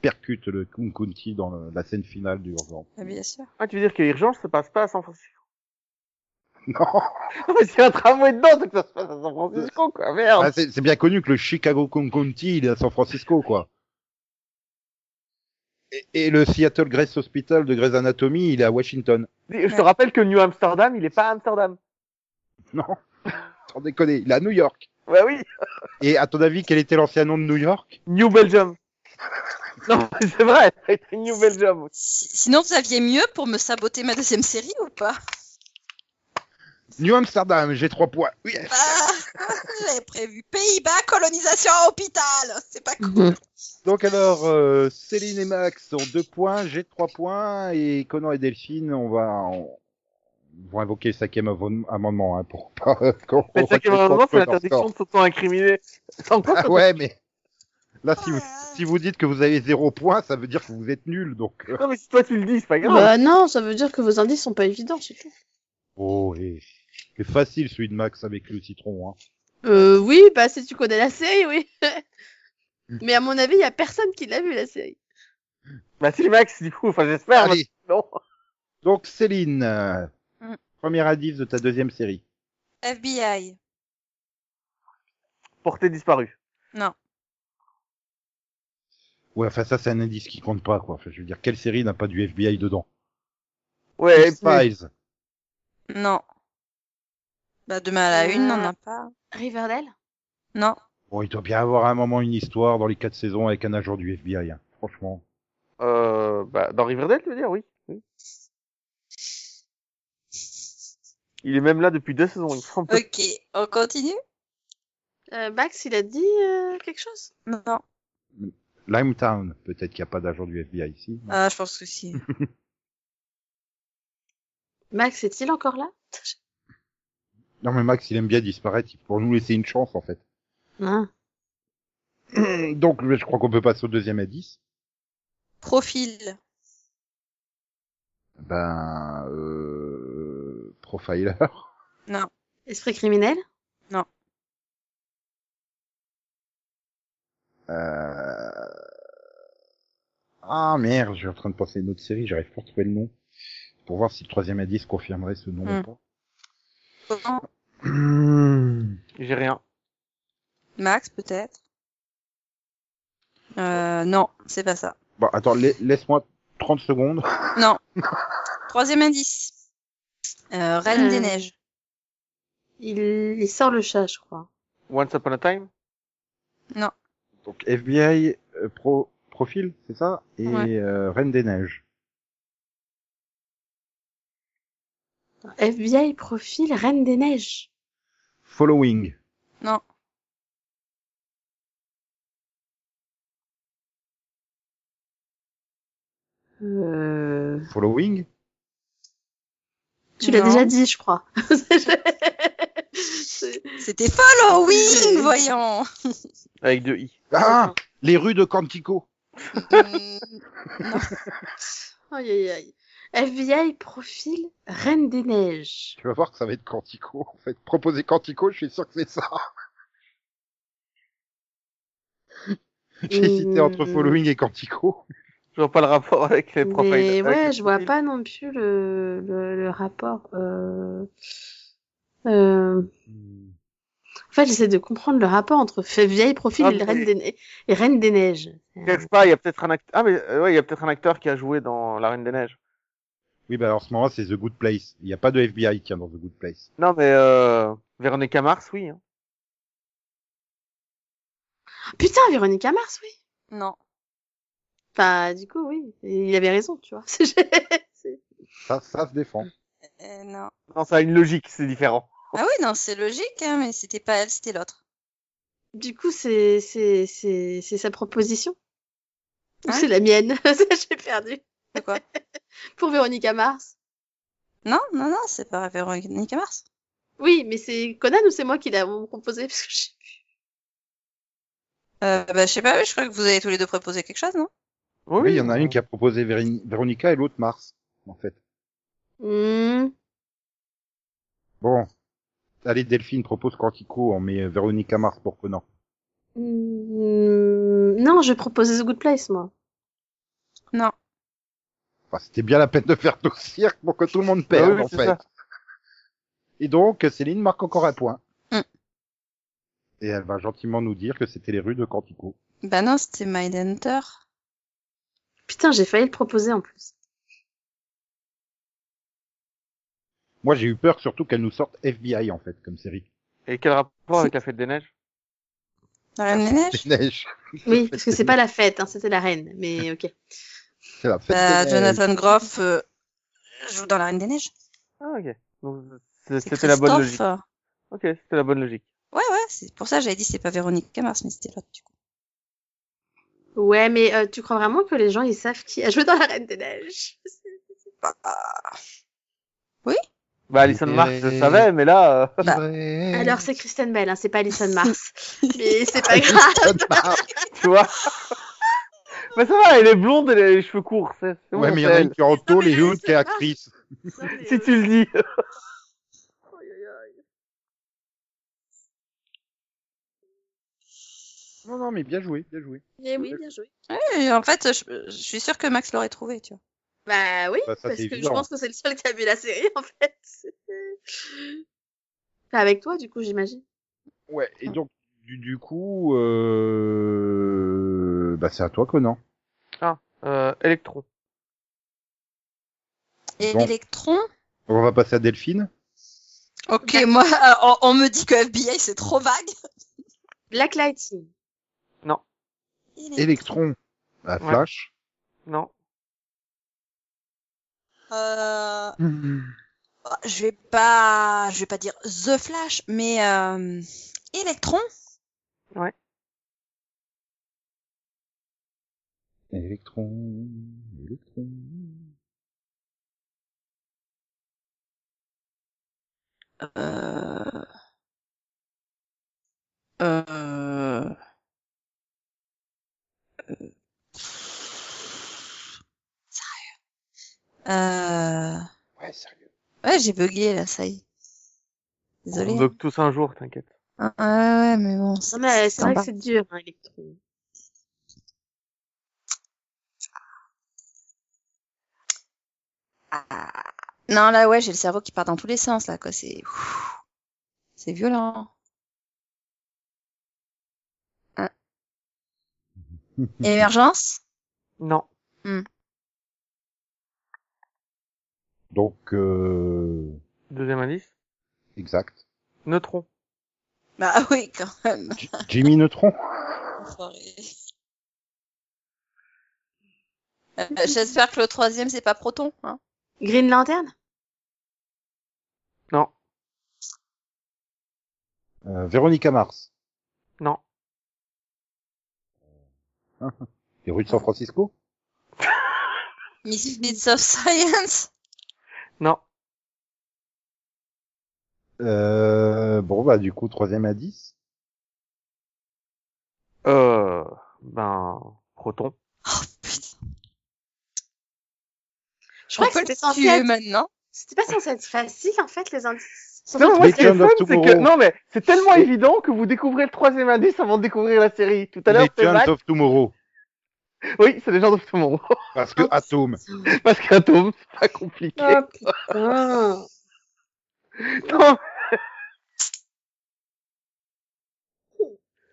Speaker 2: percute le Coon County dans le- la scène finale du Urgent.
Speaker 3: Ah, bien sûr.
Speaker 5: Ah, tu veux dire que Urgence se passe pas à San Francisco?
Speaker 2: Non,
Speaker 5: Ah, mais s'il y a un tramway dedans, c'est que ça se passe à San Francisco, quoi, merde!
Speaker 2: Ah, c'est c'est bien connu que le Chicago Coon County il est à San Francisco quoi. Et, et le Seattle Grace Hospital de Grey's Anatomy il est à Washington.
Speaker 5: Je te rappelle que New Amsterdam, il est pas à Amsterdam.
Speaker 2: Non, sans déconner, il est à New York.
Speaker 5: Bah oui!
Speaker 2: Et à ton avis quel était l'ancien nom de New York?
Speaker 5: New Belgium. Non, mais c'est vrai, ça a été New Belgium.
Speaker 3: Si- Sinon, vous aviez mieux pour me saboter ma deuxième série ou pas
Speaker 2: New Amsterdam, j'ai trois points. Yes.
Speaker 3: Ah, J'avais prévu Pays-Bas, colonisation à hôpital. C'est pas cool.
Speaker 2: Donc alors, euh, Céline et Max ont deux points, j'ai trois points, et Conan et Delphine, on va, on- ils vont invoquer le cinquième avon- amendement hein, pour pas qu'on
Speaker 5: Mais ça, qui est
Speaker 2: qu'on
Speaker 5: vraiment,
Speaker 2: retrouve
Speaker 5: c'est
Speaker 2: leur
Speaker 5: l'interdiction
Speaker 2: score.
Speaker 5: de s'auto-incriminer. Sans quoi,
Speaker 2: Ah ouais, mais là, si vous,
Speaker 3: Ah.
Speaker 2: si vous dites que vous avez zéro point, ça veut dire que vous êtes nul. Donc, euh,
Speaker 5: non, mais si toi tu le dis, c'est pas grave.
Speaker 6: Bah non, ça veut dire que vos indices sont pas évidents, c'est tout.
Speaker 2: oh, et... c'est facile celui de Max avec le citron. Hein.
Speaker 6: Euh, oui, bah si tu connais la série, oui. Mais à mon avis, il y a personne qui l'a vu la série.
Speaker 5: Bah si Max, du coup, enfin j'espère.
Speaker 2: Allez.
Speaker 5: Non.
Speaker 2: Donc Céline, euh,
Speaker 3: Mm.
Speaker 2: premier indice de ta deuxième série.
Speaker 3: FBI.
Speaker 5: Portée disparue.
Speaker 2: Ouais, enfin ça c'est un indice qui compte pas quoi. Enfin, je veux dire, quelle série n'a pas du FBI dedans
Speaker 5: Ouais. Et puis,
Speaker 2: X-Files.
Speaker 3: Non. Bah, demain à la une, on n'en a pas.
Speaker 6: Riverdale
Speaker 3: Non.
Speaker 2: Bon, il doit bien avoir à un moment une histoire dans les quatre saisons avec un agent du FBI. hein. Franchement.
Speaker 5: euh, bah, dans Riverdale, tu veux dire, oui. oui. Il est même là depuis deux saisons. Il me semble.
Speaker 3: Ok, on continue
Speaker 6: euh, Max, il a dit euh, quelque chose
Speaker 3: Non.
Speaker 2: Limetown, peut-être qu'il n'y a pas d'agent du FBI ici.
Speaker 3: Ah, je pense que si.
Speaker 6: Max, est-il encore là
Speaker 2: Non mais Max, il aime bien disparaître il- pour nous laisser une chance en fait.
Speaker 6: Non.
Speaker 2: Donc je crois qu'on peut passer au deuxième indice.
Speaker 3: Profil.
Speaker 2: Ben, euh, profiler.
Speaker 6: Esprit criminel
Speaker 2: Euh... Ah merde, je suis en train de penser à une autre série, j'arrive pas à retrouver le nom. Pour voir si le troisième indice confirmerait ce nom
Speaker 3: Hmm.
Speaker 2: ou pas.
Speaker 3: Comment
Speaker 5: J'ai rien.
Speaker 3: Max, peut-être euh, Non, c'est pas ça.
Speaker 2: Bon, attends, la- laisse-moi 30 secondes.
Speaker 3: Troisième indice. Euh, Reine des
Speaker 6: Euh.
Speaker 3: Neiges.
Speaker 6: il... il sort le chat, je crois.
Speaker 5: Once Upon a Time.
Speaker 2: Donc FBI euh, pro, profil, c'est ça Et
Speaker 3: Ouais.
Speaker 2: euh, Reine des Neiges.
Speaker 6: FBI profil Reine des Neiges.
Speaker 2: Following.
Speaker 6: Euh...
Speaker 2: Following
Speaker 6: Tu l'as
Speaker 3: Non.
Speaker 6: déjà dit, je crois. C'est-
Speaker 3: C'était Following, voyons
Speaker 5: Avec deux i.
Speaker 2: Ah Les rues de Quantico
Speaker 3: Hum,
Speaker 6: aïe, aïe, aïe. FBI profil Reine des Neiges.
Speaker 2: Tu vas voir que ça va être Quantico, en fait. Proposer Quantico, je suis sûr que c'est ça. J'ai hésité entre
Speaker 6: Hmm.
Speaker 2: Following et Quantico.
Speaker 5: Je vois pas le Ah, rapport avec les profils.
Speaker 6: Mais
Speaker 5: avec
Speaker 6: ouais,
Speaker 5: les
Speaker 6: je vois
Speaker 5: profils.
Speaker 6: pas non plus le, le, le rapport. Euh... Euh...
Speaker 2: Hmm.
Speaker 6: En fait, j'essaie de comprendre le rapport entre fait vieille profil
Speaker 5: Ah,
Speaker 6: et,
Speaker 5: mais-
Speaker 6: Reine des... Ne- et Reine des Neiges.
Speaker 5: Quelque part, il y a peut-être un acteur. Ah mais euh, ouais, il y a peut-être un acteur qui a joué dans La Reine des Neiges.
Speaker 2: Oui, bah alors, en ce moment, c'est The Good Place. Il n'y a pas de FBI qui est dans The Good Place.
Speaker 5: Non mais euh, Véronica Mars, oui. hein.
Speaker 6: Putain, Véronique Mars, oui.
Speaker 3: non.
Speaker 6: Enfin, du coup, oui. Il avait raison, tu vois. C'est-
Speaker 2: Ça, ça se défend.
Speaker 3: Euh, non.
Speaker 5: Non, ça a une logique, c'est différent.
Speaker 3: Ah oui, non, c'est logique, hein, mais c'était pas elle, c'était l'autre.
Speaker 6: du coup, c'est c'est c'est c'est sa proposition. Ou
Speaker 3: Hein
Speaker 6: c'est la mienne. J'ai perdu.
Speaker 3: De quoi
Speaker 6: Pour Véronique Mars.
Speaker 3: Non, non, non, c'est pas Véronique Mars.
Speaker 6: Oui, mais c'est Conan ou c'est moi qui l'a proposé parce que je...
Speaker 3: Euh, bah, je sais pas, je crois que vous avez tous les deux proposé quelque chose, non
Speaker 2: Oui, il y en a une qui a proposé Vérin- Véronica et l'autre Mars, en fait.
Speaker 6: Hmm.
Speaker 2: Bon. Allez, Delphine propose Quantico, on met euh, Véronica Mars pour Conan.
Speaker 6: Hmm. Non, je proposais The Good Place, moi.
Speaker 2: Enfin, c'était bien la peine de faire tout le cirque pour que tout le monde perde,
Speaker 5: Bah oui,
Speaker 2: en
Speaker 5: c'est
Speaker 2: fait.
Speaker 5: ça.
Speaker 2: Et donc, Céline marque encore un point.
Speaker 3: Mm.
Speaker 2: Et elle va gentiment nous dire que c'était les rues de Quantico.
Speaker 3: Bah non, c'était Mindhunter.
Speaker 6: Putain, j'ai failli le proposer en plus.
Speaker 2: Moi, j'ai eu peur surtout qu'elle nous sorte FBI, en fait, comme série.
Speaker 5: Et quel rapport avec la Fête des Neiges
Speaker 3: La Reine des Neiges
Speaker 2: Les neiges.
Speaker 6: Oui, parce que c'est pas la fête, hein, c'était la reine. Mais ok.
Speaker 2: C'est la fête
Speaker 3: Bah,
Speaker 2: des neiges.
Speaker 3: Jonathan Groff euh, joue dans La Reine des Neiges.
Speaker 5: Ah ok. Donc, c'est-
Speaker 3: C'est
Speaker 5: C'était la bonne logique.
Speaker 3: Christophe.
Speaker 5: Ok, c'était la bonne logique.
Speaker 3: Ouais, ouais, c'est pour ça que j'avais dit c'est pas Véronique Mars, mais c'était l'autre, du coup.
Speaker 6: Ouais, mais euh, tu crois vraiment que les gens ils savent qui a joué dans la Reine des Neiges
Speaker 5: Bah Alison Mars, je
Speaker 2: Et-
Speaker 5: savais, mais là. euh,
Speaker 3: Bah.
Speaker 6: Alors c'est Kristen Bell, hein, c'est pas Alison Mars. mais c'est pas grave.
Speaker 5: tu vois. Mais Bah, ça va, elle est blonde, elle a les cheveux courts. c'est- c'est
Speaker 2: Ouais,
Speaker 5: bon,
Speaker 2: mais il y en
Speaker 5: c'est
Speaker 2: a
Speaker 5: elle.
Speaker 2: une qui est en tôle et
Speaker 6: euh, mais
Speaker 2: l'autre qui est
Speaker 6: c'est pas-
Speaker 2: actrice.
Speaker 6: Non, mais,
Speaker 5: Si
Speaker 6: euh,
Speaker 5: tu le dis.
Speaker 6: aïe, aïe, aïe.
Speaker 2: Non, non, mais bien joué, bien joué.
Speaker 6: Eh oui, bien joué.
Speaker 3: Oui, en fait, je, je suis sûre que Max l'aurait trouvé, tu vois.
Speaker 6: Bah oui,
Speaker 2: Bah, ça,
Speaker 6: parce
Speaker 2: c'est
Speaker 6: que je
Speaker 2: évident.
Speaker 6: pense que c'est le seul qui a vu la série, en fait. Enfin, avec toi, du coup, j'imagine.
Speaker 2: Ouais, et donc, du, du coup, euh... bah, c'est à toi, Conan.
Speaker 5: Euh, Electro.
Speaker 3: Et
Speaker 2: Bon.
Speaker 3: Electron
Speaker 2: On va passer à Delphine.
Speaker 3: Ok,
Speaker 6: Black-
Speaker 3: moi, euh, on, on me dit que FBI, c'est trop vague.
Speaker 6: Black Lightning.
Speaker 2: Electron à
Speaker 5: Ouais.
Speaker 2: Flash.
Speaker 5: Non.
Speaker 3: Euh, je vais pas, je vais pas dire The Flash, mais euh, Electron
Speaker 2: Electron, Electron.
Speaker 3: Euh... Euh... euh, Euh...
Speaker 2: Ouais, sérieux.
Speaker 3: Ouais, j'ai bugué là, ça y est. Désolée.
Speaker 5: On bug tous un jour, t'inquiète.
Speaker 3: Ah, ah, ouais, mais
Speaker 6: Non,
Speaker 3: bon.
Speaker 6: mais c'est vrai
Speaker 3: sympa.
Speaker 6: que c'est dur, hein, Electron.
Speaker 3: Ah. Non, là, ouais, j'ai le cerveau qui part dans tous les sens, là, quoi. C'est, Ouh. c'est violent. Ah. Émergence?
Speaker 5: Non.
Speaker 2: Donc, euh...
Speaker 5: Deuxième indice.
Speaker 2: exact.
Speaker 5: Neutron.
Speaker 3: Bah oui, quand même.
Speaker 2: J- Jimmy Neutron.
Speaker 3: enfoiré. Euh, J'espère que le troisième, c'est pas Proton. Hein.
Speaker 6: Green Lantern
Speaker 5: Non.
Speaker 2: Euh, Véronica Mars.
Speaker 5: Non.
Speaker 2: Les rues de San Francisco.
Speaker 3: Miss Bits of Science.
Speaker 5: Non.
Speaker 2: Euh... Bon, bah, du coup, troisième à 10.
Speaker 5: Euh, ben, Proton.
Speaker 3: Oh putain.
Speaker 6: Je
Speaker 3: On
Speaker 6: crois que
Speaker 3: peut le
Speaker 6: c'était censé
Speaker 3: tuer
Speaker 6: être...
Speaker 3: maintenant.
Speaker 6: C'était pas censé être facile, en fait, les indices.
Speaker 5: Non, moi, ce qui est
Speaker 2: Legend
Speaker 5: fun,
Speaker 2: of
Speaker 5: c'est
Speaker 2: Tomorrow.
Speaker 5: que, non, mais c'est tellement
Speaker 2: Et-
Speaker 5: évident que vous découvrez le troisième indice avant de découvrir la série. Tout à l'heure,
Speaker 2: Les
Speaker 5: c'est
Speaker 2: Giants
Speaker 5: Max.
Speaker 2: of Tomorrow.
Speaker 5: Oui, c'est les gens de tout le monde.
Speaker 2: Parce que Atom.
Speaker 5: Parce qu'Atom, c'est pas compliqué.
Speaker 2: Ah,
Speaker 6: Oh, putain.
Speaker 5: Non,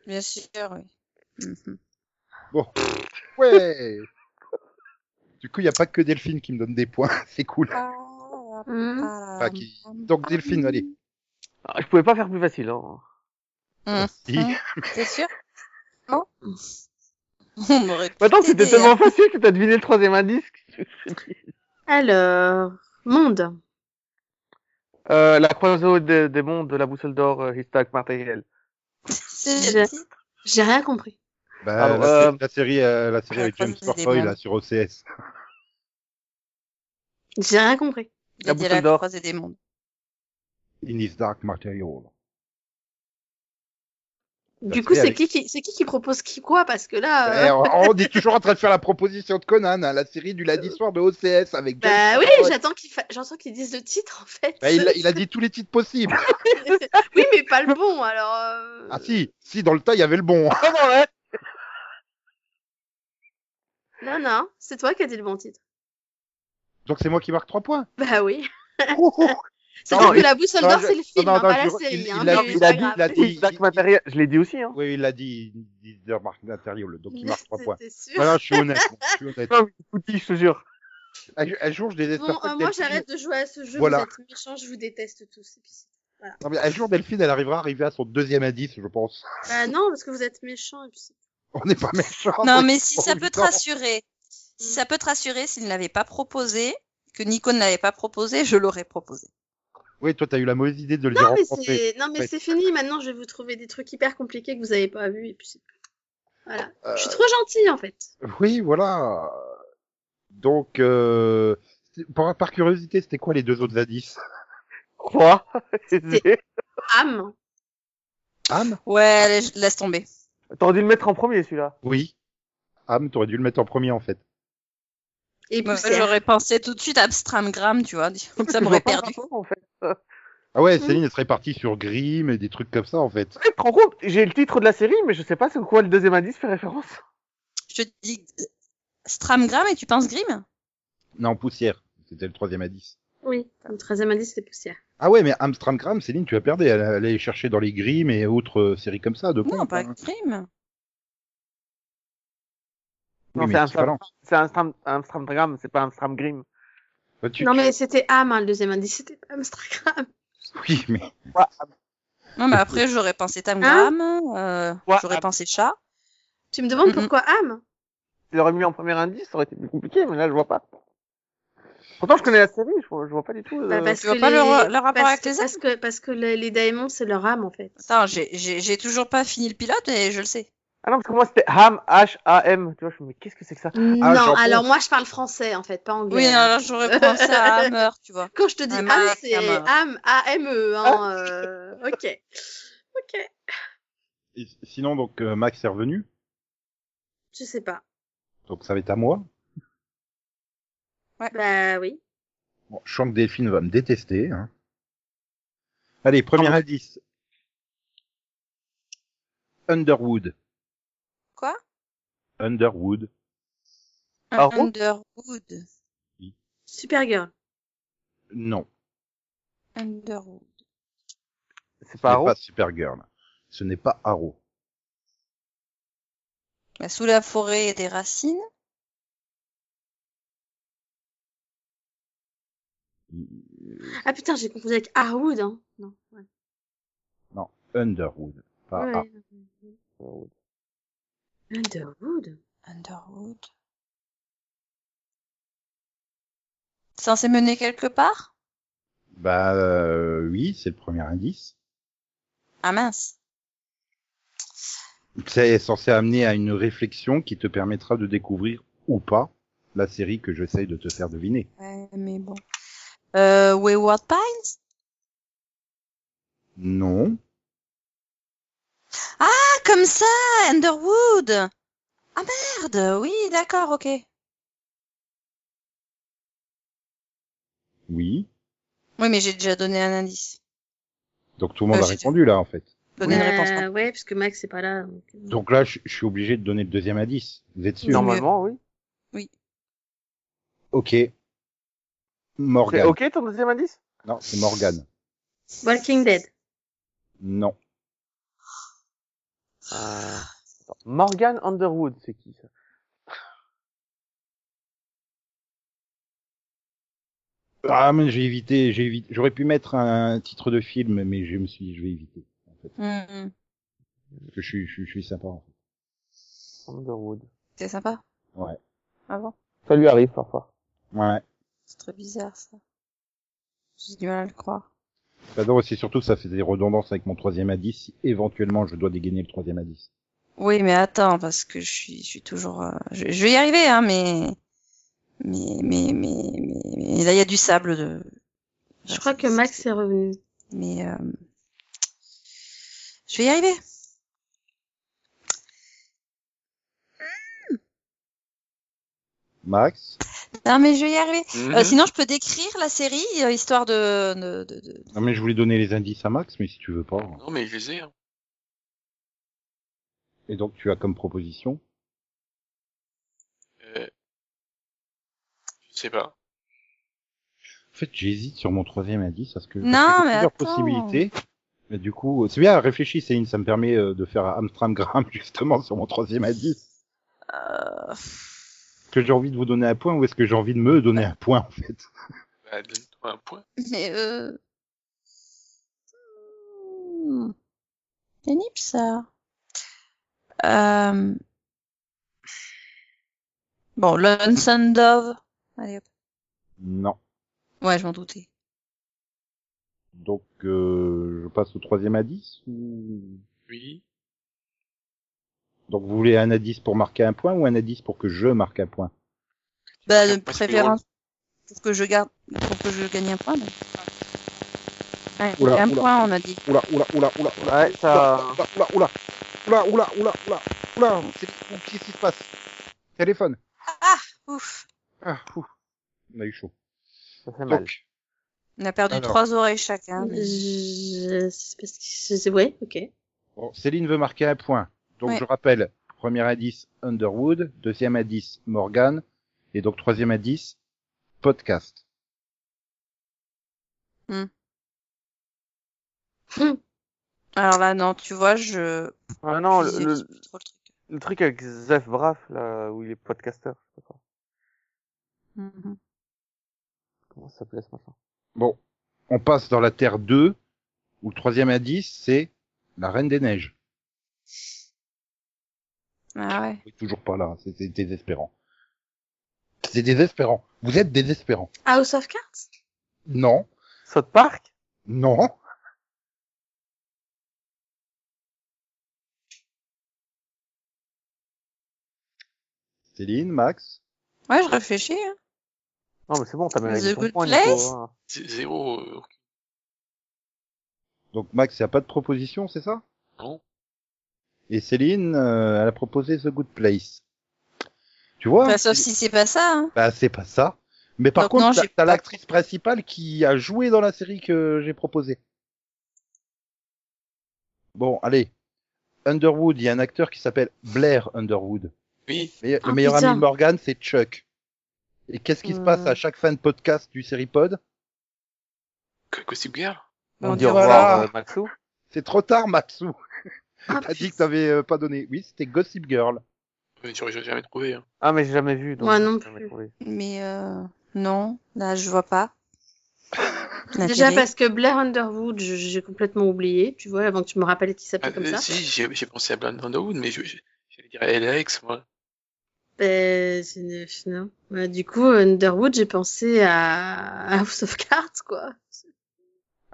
Speaker 3: Bien sûr, oui. Mhm.
Speaker 2: Ouais. du coup, il n'y a pas que Delphine qui me donne des points. C'est cool.
Speaker 6: Hmm.
Speaker 2: Enfin, qui- Donc, Delphine, allez.
Speaker 6: Mm.
Speaker 5: Ah, Je pouvais pas faire plus facile. Hein.
Speaker 3: Hum,
Speaker 2: Si.
Speaker 6: Mm.
Speaker 3: hum, T'es sûr Non On aurait pu
Speaker 5: Maintenant, Bah, c'était
Speaker 3: t'aider,
Speaker 5: tellement
Speaker 3: hein.
Speaker 5: facile que t'as deviné le troisième indice.
Speaker 6: Alors, monde.
Speaker 5: Euh, la croisade des, des mondes de la boussole d'or, euh, Histak Martel.
Speaker 3: C'est
Speaker 6: Je-
Speaker 3: le titre.
Speaker 6: J'ai rien compris.
Speaker 2: Bah,
Speaker 5: Alors,
Speaker 2: la,
Speaker 5: euh,
Speaker 2: sé- la série, euh, la série
Speaker 3: la
Speaker 2: avec James
Speaker 3: croisée des
Speaker 2: Porfoy,
Speaker 3: mondes.
Speaker 2: là, sur OCS.
Speaker 6: J'ai rien compris.
Speaker 3: Il a dit
Speaker 5: boussole
Speaker 3: la
Speaker 5: d'or.
Speaker 3: croisée des mondes.
Speaker 2: In his dark material.
Speaker 6: Du
Speaker 2: Bah,
Speaker 6: coup,
Speaker 2: c'est
Speaker 6: c'est
Speaker 2: avec-
Speaker 6: qui qui, c'est qui qui propose qui quoi Parce que là,
Speaker 2: Eh,
Speaker 6: euh,
Speaker 2: on, on est toujours en train de faire la proposition de Conan, hein, la série du lundi soir de OCS avec James
Speaker 6: bah oui,
Speaker 2: Porfoy.
Speaker 6: j'attends qu'ils fa- j'entends qu'ils disent le titre en fait.
Speaker 2: Bah, il, a- il a dit tous les titres possibles.
Speaker 6: oui, mais pas le bon. Alors. euh,
Speaker 2: Ah si, si dans le tas il y avait le bon.
Speaker 5: Ah non,
Speaker 6: hein?
Speaker 5: ouais.
Speaker 6: Non, non, c'est toi qui as dit le bon titre.
Speaker 2: Donc c'est moi qui marque 3 points.
Speaker 6: Bah oui.
Speaker 2: Oh, oh.
Speaker 6: C'est-à-dire
Speaker 2: Non,
Speaker 6: que la boussole
Speaker 2: non,
Speaker 6: d'or,
Speaker 2: je-
Speaker 6: c'est le film,
Speaker 2: non,
Speaker 6: hein,
Speaker 2: non,
Speaker 6: pas la
Speaker 2: je-
Speaker 6: série.
Speaker 2: il-
Speaker 6: hein,
Speaker 2: il
Speaker 6: mais
Speaker 2: a-
Speaker 6: c'est
Speaker 2: il
Speaker 6: pas
Speaker 2: a dit-
Speaker 6: grave.
Speaker 2: il a dit-
Speaker 5: Histak Martel, je l'ai dit aussi. Hein.
Speaker 2: Oui, il l'a dit, in his dark material, donc il marque 3 points.
Speaker 6: C'était sûr.
Speaker 2: Voilà, je suis honnête. bon, je suis honnête.
Speaker 5: Non, mais écoutez, je te jure.
Speaker 2: Un, un jour, je désespère
Speaker 6: Bon,
Speaker 2: pas
Speaker 6: euh,
Speaker 2: que
Speaker 6: moi
Speaker 2: Delphine-
Speaker 6: j'arrête de jouer à ce jeu,
Speaker 2: Voilà.
Speaker 6: vous êtes méchants, je vous déteste tous. et puis c'est-
Speaker 2: Non, mais un jour, Delphine, elle arrivera à arriver à son deuxième indice, je pense.
Speaker 6: Bah non, parce que vous êtes méchants. Et puis c'est-
Speaker 2: On n'est pas méchants.
Speaker 3: Non, mais si ça
Speaker 2: Oh,
Speaker 3: peut te
Speaker 2: non.
Speaker 3: rassurer, si ça peut te rassurer, s'il ne l'avait pas proposé, que Nico ne l'avait pas proposé, je l'aurais proposé.
Speaker 2: Oui, toi, t'as eu la mauvaise idée de le dire
Speaker 6: Non, mais
Speaker 2: en français.
Speaker 6: c'est... non mais
Speaker 2: Ouais.
Speaker 6: c'est fini, maintenant je vais vous trouver des trucs hyper compliqués que vous avez pas vus. Et puis... c'est- Voilà.
Speaker 2: Euh,
Speaker 6: Je suis trop gentille en fait.
Speaker 2: Oui, voilà. Donc, euh, c'est- par, par curiosité, c'était quoi les deux autres indices
Speaker 5: Quoi C'est-
Speaker 6: Âme.
Speaker 2: Ham
Speaker 3: Ouais, laisse- laisse tomber.
Speaker 5: T'aurais dû le mettre en premier, celui-là.
Speaker 2: Oui. Ham, t'aurais dû le mettre en premier, en fait.
Speaker 6: Et
Speaker 3: Moi,
Speaker 6: poussière.
Speaker 3: J'aurais pensé tout de suite à Amstramgram, tu vois. Donc ça m'aurait perdu.
Speaker 5: En fait.
Speaker 2: Ah
Speaker 3: Mhm.
Speaker 2: ouais, Céline, elle serait partie sur Grimm et des trucs comme ça, en fait.
Speaker 5: Tu te rends compte J'ai le titre de la série, mais je sais pas c'est quoi le deuxième indice fait référence.
Speaker 3: Je te dis euh, Stramgram et tu penses Grimm
Speaker 2: Non, poussière. C'était le troisième indice.
Speaker 6: Oui, le treizième indice, c'était poussière.
Speaker 2: Ah ouais, mais Amstramgram, Céline, tu as perdu. Elle allait chercher dans les Grimm et autres euh, séries comme ça de
Speaker 3: Non,
Speaker 2: pompes,
Speaker 3: pas
Speaker 2: hein.
Speaker 3: Grimm.
Speaker 2: Oui,
Speaker 5: Non,
Speaker 2: mais
Speaker 5: c'est un
Speaker 2: c'est pas lent.
Speaker 5: C'est un Stram, un Stramgram, c'est pas un Stramgrim.
Speaker 2: Bah, tu-
Speaker 6: Non, mais c'était Am, hein, le deuxième indice, c'était pas Amstramgram.
Speaker 2: Oui, mais
Speaker 3: Non, mais après, j'aurais pensé Tamgram, euh,
Speaker 5: Ouais,
Speaker 3: j'aurais
Speaker 5: ah.
Speaker 3: pensé chat.
Speaker 6: Tu me demandes
Speaker 3: Mhm.
Speaker 6: pourquoi Am
Speaker 5: Tu l'aurais mis en premier indice, ça aurait été plus compliqué, mais là je vois pas. Pourtant je connais la série, je vois, je vois pas du tout. euh,
Speaker 6: Bah, parce
Speaker 3: tu vois pas le ra- le rapport
Speaker 6: parce-
Speaker 3: avec les âmes
Speaker 6: parce que, parce que les, les daemons, c'est leur âme, en fait.
Speaker 3: Attends, j'ai- j'ai j'ai toujours pas fini le pilote et je le sais.
Speaker 5: Ah non, parce que moi c'était Ham, H-A-M. Tu vois, je me dis, mais qu'est-ce que c'est que ça
Speaker 2: Ah,
Speaker 6: non,
Speaker 2: j'en
Speaker 6: alors
Speaker 2: pense.
Speaker 6: moi, je parle français, en fait, pas anglais.
Speaker 3: Oui,
Speaker 6: hein. Ah,
Speaker 3: alors j'aurais pensé à Hammer, tu vois.
Speaker 6: Quand je te dis
Speaker 3: Am,
Speaker 6: Am, c'est
Speaker 3: Am.
Speaker 6: Am, A-M-E. Hein, euh, ok. Ok.
Speaker 2: Et sinon, donc, euh, Max est revenu.
Speaker 6: Je sais pas.
Speaker 2: Donc, ça va être à moi.
Speaker 6: Bah oui.
Speaker 2: Bon, je sens que Delphine va me détester. Hein. Allez, premier
Speaker 5: Pardon.
Speaker 2: indice. Underwood.
Speaker 3: Quoi
Speaker 2: Underwood.
Speaker 5: Ah, oh.
Speaker 3: Underwood.
Speaker 6: Supergirl.
Speaker 2: Non,
Speaker 3: Underwood.
Speaker 5: C'est
Speaker 2: ce n'est
Speaker 5: pas Arrow
Speaker 2: pas Supergirl. Ce n'est pas Arrow.
Speaker 3: Bah, sous la forêt des racines.
Speaker 6: Ah putain, j'ai confondu avec Harwood. Hein. Non. Ouais.
Speaker 2: Underwood. Pas Arrow.
Speaker 6: Ouais.
Speaker 5: euh,
Speaker 6: Underwood.
Speaker 3: Underwood. Censé mener quelque part
Speaker 2: Bah euh, oui, c'est le premier indice.
Speaker 3: Ah mince.
Speaker 2: C'est censé amener à une réflexion qui te permettra de découvrir ou pas la série que j'essaye de te faire deviner.
Speaker 3: Ouais, mais bon. Euh, Wayward Pines
Speaker 2: Non.
Speaker 3: Ah, comme ça Underwood Ah merde Oui, d'accord, ok. Oui,
Speaker 2: Oui.
Speaker 3: mais j'ai déjà donné un indice.
Speaker 2: Donc tout le monde
Speaker 3: Euh,
Speaker 2: a
Speaker 3: j'ai-
Speaker 2: répondu là en fait.
Speaker 3: Donné une
Speaker 6: Euh,
Speaker 3: réponse. pardon.
Speaker 6: ouais, parce que Max c'est pas là. donc, euh,
Speaker 2: Donc là, je je suis obligé de donner le deuxième indice. Vous êtes sûr
Speaker 3: Mm. Non.
Speaker 5: Normalement, oui.
Speaker 2: Ok.
Speaker 5: C'est
Speaker 2: Morgan.
Speaker 5: ok ton deuxième indice
Speaker 2: Non, c'est Morgan.
Speaker 6: Walking Dead.
Speaker 2: Non.
Speaker 5: Euh, attends, Morgan Underwood, c'est qui ça
Speaker 2: Ah, mais j'ai évité, j'ai évité. J'aurais pu mettre un titre de film, mais je me suis dit, je vais éviter.
Speaker 3: Mm, mm,
Speaker 2: Parce que je suis, je suis, je suis sympa. en fait.
Speaker 5: Underwood.
Speaker 3: C'est sympa.
Speaker 2: Ouais.
Speaker 3: Ah bon
Speaker 5: Ça lui arrive parfois.
Speaker 2: Ouais.
Speaker 3: C'est très bizarre ça. J'ai du mal à le croire.
Speaker 2: J'adore Bah, c'est surtout que ça fait des redondances avec mon troisième indice. Si éventuellement, je dois dégainer le troisième indice.
Speaker 3: Oui, mais attends, parce que je suis, je suis toujours. euh, Je, je vais y arriver, hein, mais. Mais, mais, mais, mais, mais- là, il y a du sable de.
Speaker 6: Je crois que Max est revenu.
Speaker 3: Mais. euh, Je vais y arriver.
Speaker 2: Max.
Speaker 3: Non, mais je vais y arriver.
Speaker 4: Mhm.
Speaker 3: Euh, sinon, je peux décrire la série, euh, histoire de. de, de, de-
Speaker 2: Non, mais je voulais donner les indices à Max, mais si tu veux pas.
Speaker 4: Non, mais je les ai. Hein.
Speaker 2: Et donc, tu as comme proposition.
Speaker 4: Euh... Je sais pas.
Speaker 2: En fait, j'hésite sur mon troisième indice parce que
Speaker 3: Non,
Speaker 2: parce qu'il y a
Speaker 3: mais
Speaker 2: plusieurs
Speaker 3: attends.
Speaker 2: possibilités. Mais du coup, c'est bien, réfléchis, Céline, ça me permet euh, de faire Amstramgram justement sur mon troisième indice.
Speaker 3: Euh,
Speaker 2: Est-ce que j'ai envie de vous donner un point ou est-ce que j'ai envie de me donner un point en fait
Speaker 4: Bah, donne-toi un point.
Speaker 3: Mais. Euh... hmm, Pénible ça. Euh... Bon, Lonesome Dove. Allez, hop.
Speaker 2: Non.
Speaker 3: Ouais, je m'en doutais.
Speaker 2: Donc, euh, je passe au troisième indice ou...
Speaker 4: Oui.
Speaker 2: Donc, vous voulez un indice pour marquer un point ou un indice pour que je marque un point
Speaker 3: Bah, de
Speaker 4: Parce que moi, c'est
Speaker 3: préférence pour que je garde, pour que je gagne un point. donc. Ouais,
Speaker 2: Oula,
Speaker 3: un
Speaker 2: oula.
Speaker 3: point, on a dit.
Speaker 2: Oula, oula, oula, oula, oula,
Speaker 5: Ouais, ça.
Speaker 2: oula, oula, oula, oula, oula, oula, oula, c'est- oh, qu'est-ce qui se passe Téléphone.
Speaker 3: Ouf.
Speaker 2: Ah, ouh. On a eu chaud.
Speaker 5: Ça fait mal.
Speaker 2: Donc,
Speaker 3: On a perdu
Speaker 2: Alors.
Speaker 3: trois oreilles
Speaker 2: Ah,
Speaker 3: chacun. mais-
Speaker 6: Je... c'est parce que je- Ouais, ok.
Speaker 2: Bon, Céline veut marquer un point. Donc
Speaker 3: Ouais.
Speaker 2: je rappelle, premier indice Underwood, deuxième indice Morgan, et donc troisième indice podcast.
Speaker 3: Alors là, non, tu vois, je.
Speaker 5: Ah non, le,
Speaker 3: visualise
Speaker 5: le-
Speaker 3: plus trop le truc.
Speaker 5: le truc avec Zef Braff, là, où il est podcasteur, je sais pas quoi.
Speaker 3: Mhm.
Speaker 5: comment ça s'appelait ce machin.
Speaker 2: Bon, on passe dans la Terre 2, où le troisième indice c'est la Reine des Neiges.
Speaker 3: Ah ouais.
Speaker 2: Oui, toujours pas là, hein. c'est c'est désespérant. C'est désespérant. Vous êtes désespérant.
Speaker 6: Ah, House of Cards
Speaker 2: Non,
Speaker 5: South Park
Speaker 2: non. Céline, Max
Speaker 3: Ouais, je réfléchis. hein.
Speaker 5: Non, mais c'est bon, t'as même
Speaker 3: The
Speaker 5: avec ton
Speaker 3: Good
Speaker 5: point, Nico,
Speaker 3: Place
Speaker 5: hein.
Speaker 4: Z- Zéro. euh,
Speaker 2: Donc Max, il n'y a pas de proposition, c'est ça
Speaker 4: Non.
Speaker 2: Et Céline, euh, elle a proposé The Good Place. Tu vois
Speaker 3: Enfin, sauf si c'est pas ça. Hein.
Speaker 2: Bah, c'est pas ça. Mais par
Speaker 3: Donc
Speaker 2: contre,
Speaker 3: non,
Speaker 2: t'as-
Speaker 3: j'ai
Speaker 2: t'as
Speaker 3: pas-
Speaker 2: l'actrice principale qui a joué dans la série que j'ai proposée. Bon, allez. Underwood, il y a un acteur qui s'appelle Blair Underwood.
Speaker 4: Oui.
Speaker 2: Mais
Speaker 6: Oh,
Speaker 3: Ah,
Speaker 2: le meilleur
Speaker 6: putain.
Speaker 2: ami de Morgan, c'est Chuck. Et qu'est-ce qui se
Speaker 3: Hmm.
Speaker 2: passe à chaque fin de podcast du Seripod
Speaker 4: Que- Gossip Girl
Speaker 5: On
Speaker 3: On
Speaker 5: dit
Speaker 3: dit
Speaker 5: au revoir,
Speaker 2: voilà.
Speaker 5: euh, Maxou.
Speaker 2: C'est trop tard, Maxou.
Speaker 6: Ah,
Speaker 2: T'as dit que t'avais euh, pas donné. Oui, c'était Gossip Girl.
Speaker 4: Mais Euh, J'aurais j'aurais jamais trouvé. hein.
Speaker 5: Ah, mais j'ai jamais vu. Donc
Speaker 6: Moi
Speaker 5: j'ai
Speaker 6: non
Speaker 5: jamais
Speaker 6: plus.
Speaker 5: trouvé.
Speaker 3: Mais euh, non, là, je vois pas. La
Speaker 6: Déjà
Speaker 3: télé.
Speaker 6: parce que Blair Underwood, je- j'ai complètement oublié, tu vois, avant que tu me rappelles qu'il
Speaker 4: Ah,
Speaker 6: s'appelait comme
Speaker 4: euh,
Speaker 6: ça.
Speaker 4: si, j'ai j'ai pensé à Blind Underwood, mais je- je- j'allais dire LAX, moi.
Speaker 6: Ben, c'est neuf, non. Ouais, du coup, Underwood, j'ai pensé à à House of Cards, quoi.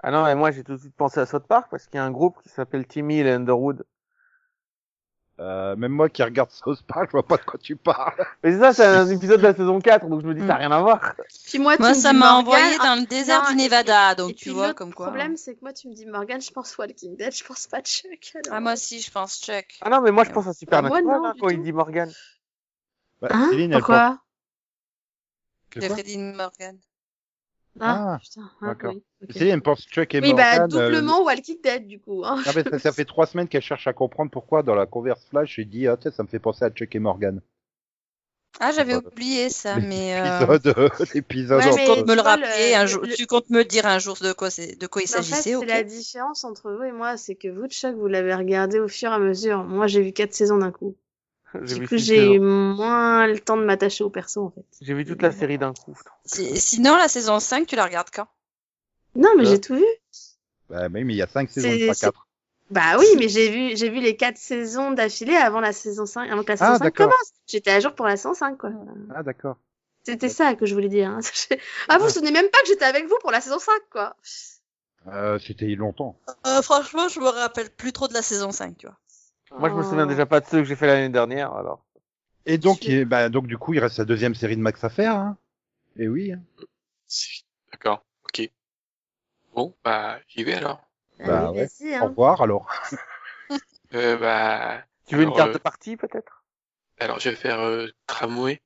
Speaker 5: Ah non, mais moi j'ai tout de suite pensé à South Park parce qu'il y a un groupe qui s'appelle Timmy et Underwood.
Speaker 2: Euh, même moi qui regarde South Park, je vois pas de quoi tu parles.
Speaker 5: Mais c'est ça, c'est un épisode de la saison 4, donc je me dis, ça n'a rien à voir.
Speaker 6: Puis moi,
Speaker 3: Moi,
Speaker 6: tu me
Speaker 3: ça
Speaker 6: dis
Speaker 3: m'a
Speaker 6: Morgan,
Speaker 3: envoyé dans le désert
Speaker 6: non,
Speaker 3: du
Speaker 6: et-
Speaker 3: Nevada,
Speaker 6: ah,
Speaker 3: donc
Speaker 6: et
Speaker 3: tu
Speaker 6: puis
Speaker 3: vois
Speaker 6: l'autre
Speaker 3: comme quoi. hein.
Speaker 6: problème, c'est que moi, tu me dis Morgan, je pense Walking Dead, je pense pas Chuck. alors.
Speaker 3: Ah moi aussi, je pense Chuck.
Speaker 5: Ah non, mais moi je pense à Supernatural
Speaker 6: Moi, non,
Speaker 5: hein,
Speaker 6: du
Speaker 5: quand il
Speaker 6: tout.
Speaker 5: dit Morgan.
Speaker 2: Bah,
Speaker 6: Hein
Speaker 2: Céline, elle pense-
Speaker 6: Pourquoi
Speaker 2: que
Speaker 3: de
Speaker 2: quoi
Speaker 3: Freddie Morgan.
Speaker 6: Ah,
Speaker 2: Ah,
Speaker 6: putain. ah,
Speaker 2: d'accord.
Speaker 6: oui, ok.
Speaker 2: Céline, elle pense Chuck et
Speaker 6: Oui, bah,
Speaker 2: Morgan. euh,
Speaker 6: doublement Walking Dead, du coup. hein.
Speaker 2: Ah, mais ça, ça fait trois semaines qu'elle cherche à comprendre pourquoi dans la converse flash, j'ai dit, ah, tiens, ça me fait penser à Chuck et Morgan.
Speaker 3: Ah, j'avais
Speaker 2: Voilà.
Speaker 3: oublié ça,
Speaker 2: Les
Speaker 3: mais euh,
Speaker 2: Épisode, euh, épisode
Speaker 6: Ouais,
Speaker 3: tu
Speaker 6: mais-
Speaker 2: entre-
Speaker 3: comptes me euh, le
Speaker 6: tu vois, le-
Speaker 3: rappeler un
Speaker 6: le-
Speaker 3: jour.
Speaker 6: le-
Speaker 3: Tu comptes me dire un jour de quoi c'est, de quoi il
Speaker 6: Mais En fait,
Speaker 3: s'agissait,
Speaker 6: c'est
Speaker 3: ok
Speaker 6: la différence entre vous et moi, c'est que vous, Chuck, vous l'avez regardé au fur et à mesure. Moi, j'ai vu quatre saisons d'un coup.
Speaker 5: J'ai
Speaker 6: Du
Speaker 5: vu,
Speaker 6: coup,
Speaker 5: six
Speaker 6: j'ai eu
Speaker 5: saisons.
Speaker 6: moins le temps de m'attacher au perso, en fait.
Speaker 5: J'ai vu toute la série d'un coup.
Speaker 3: Si- Sinon, la saison 5, tu la regardes quand
Speaker 6: Non, mais
Speaker 2: Voilà.
Speaker 6: j'ai tout vu.
Speaker 2: Bah, mais mais il y a cinq saisons,
Speaker 6: C'est-
Speaker 2: pas
Speaker 6: c'est-
Speaker 2: quatre.
Speaker 6: Bah oui, mais j'ai vu, j'ai vu les quatre saisons d'affilée avant la saison 5, avant que la saison
Speaker 2: Ah,
Speaker 6: 5
Speaker 2: d'accord.
Speaker 6: commence. J'étais à jour pour la saison 5, quoi.
Speaker 2: Ah, d'accord.
Speaker 6: C'était ça que je voulais dire. hein. Ah, vous vous souvenez même pas que j'étais avec vous pour la saison 5, quoi.
Speaker 2: Euh, c'était longtemps.
Speaker 3: Euh, Franchement, je me rappelle plus trop de la saison 5, tu vois.
Speaker 5: Moi je me
Speaker 6: Oh.
Speaker 5: souviens déjà pas de ceux que j'ai fait l'année dernière, alors.
Speaker 2: Et donc,
Speaker 6: Monsieur.
Speaker 2: il- bah, donc, du coup, il reste la deuxième série de Max à faire, hein. Et oui. hein.
Speaker 4: Si. D'accord, ok. Bon, bah, j'y vais alors.
Speaker 6: Ah
Speaker 2: Bah
Speaker 6: oui,
Speaker 2: ouais.
Speaker 6: vas-y,
Speaker 2: Au
Speaker 6: hein.
Speaker 2: revoir, alors.
Speaker 4: Euh, bah,
Speaker 5: Tu veux une
Speaker 4: Alors,
Speaker 5: carte
Speaker 4: euh,
Speaker 5: de partie peut-être
Speaker 4: alors je vais faire euh, Tramway.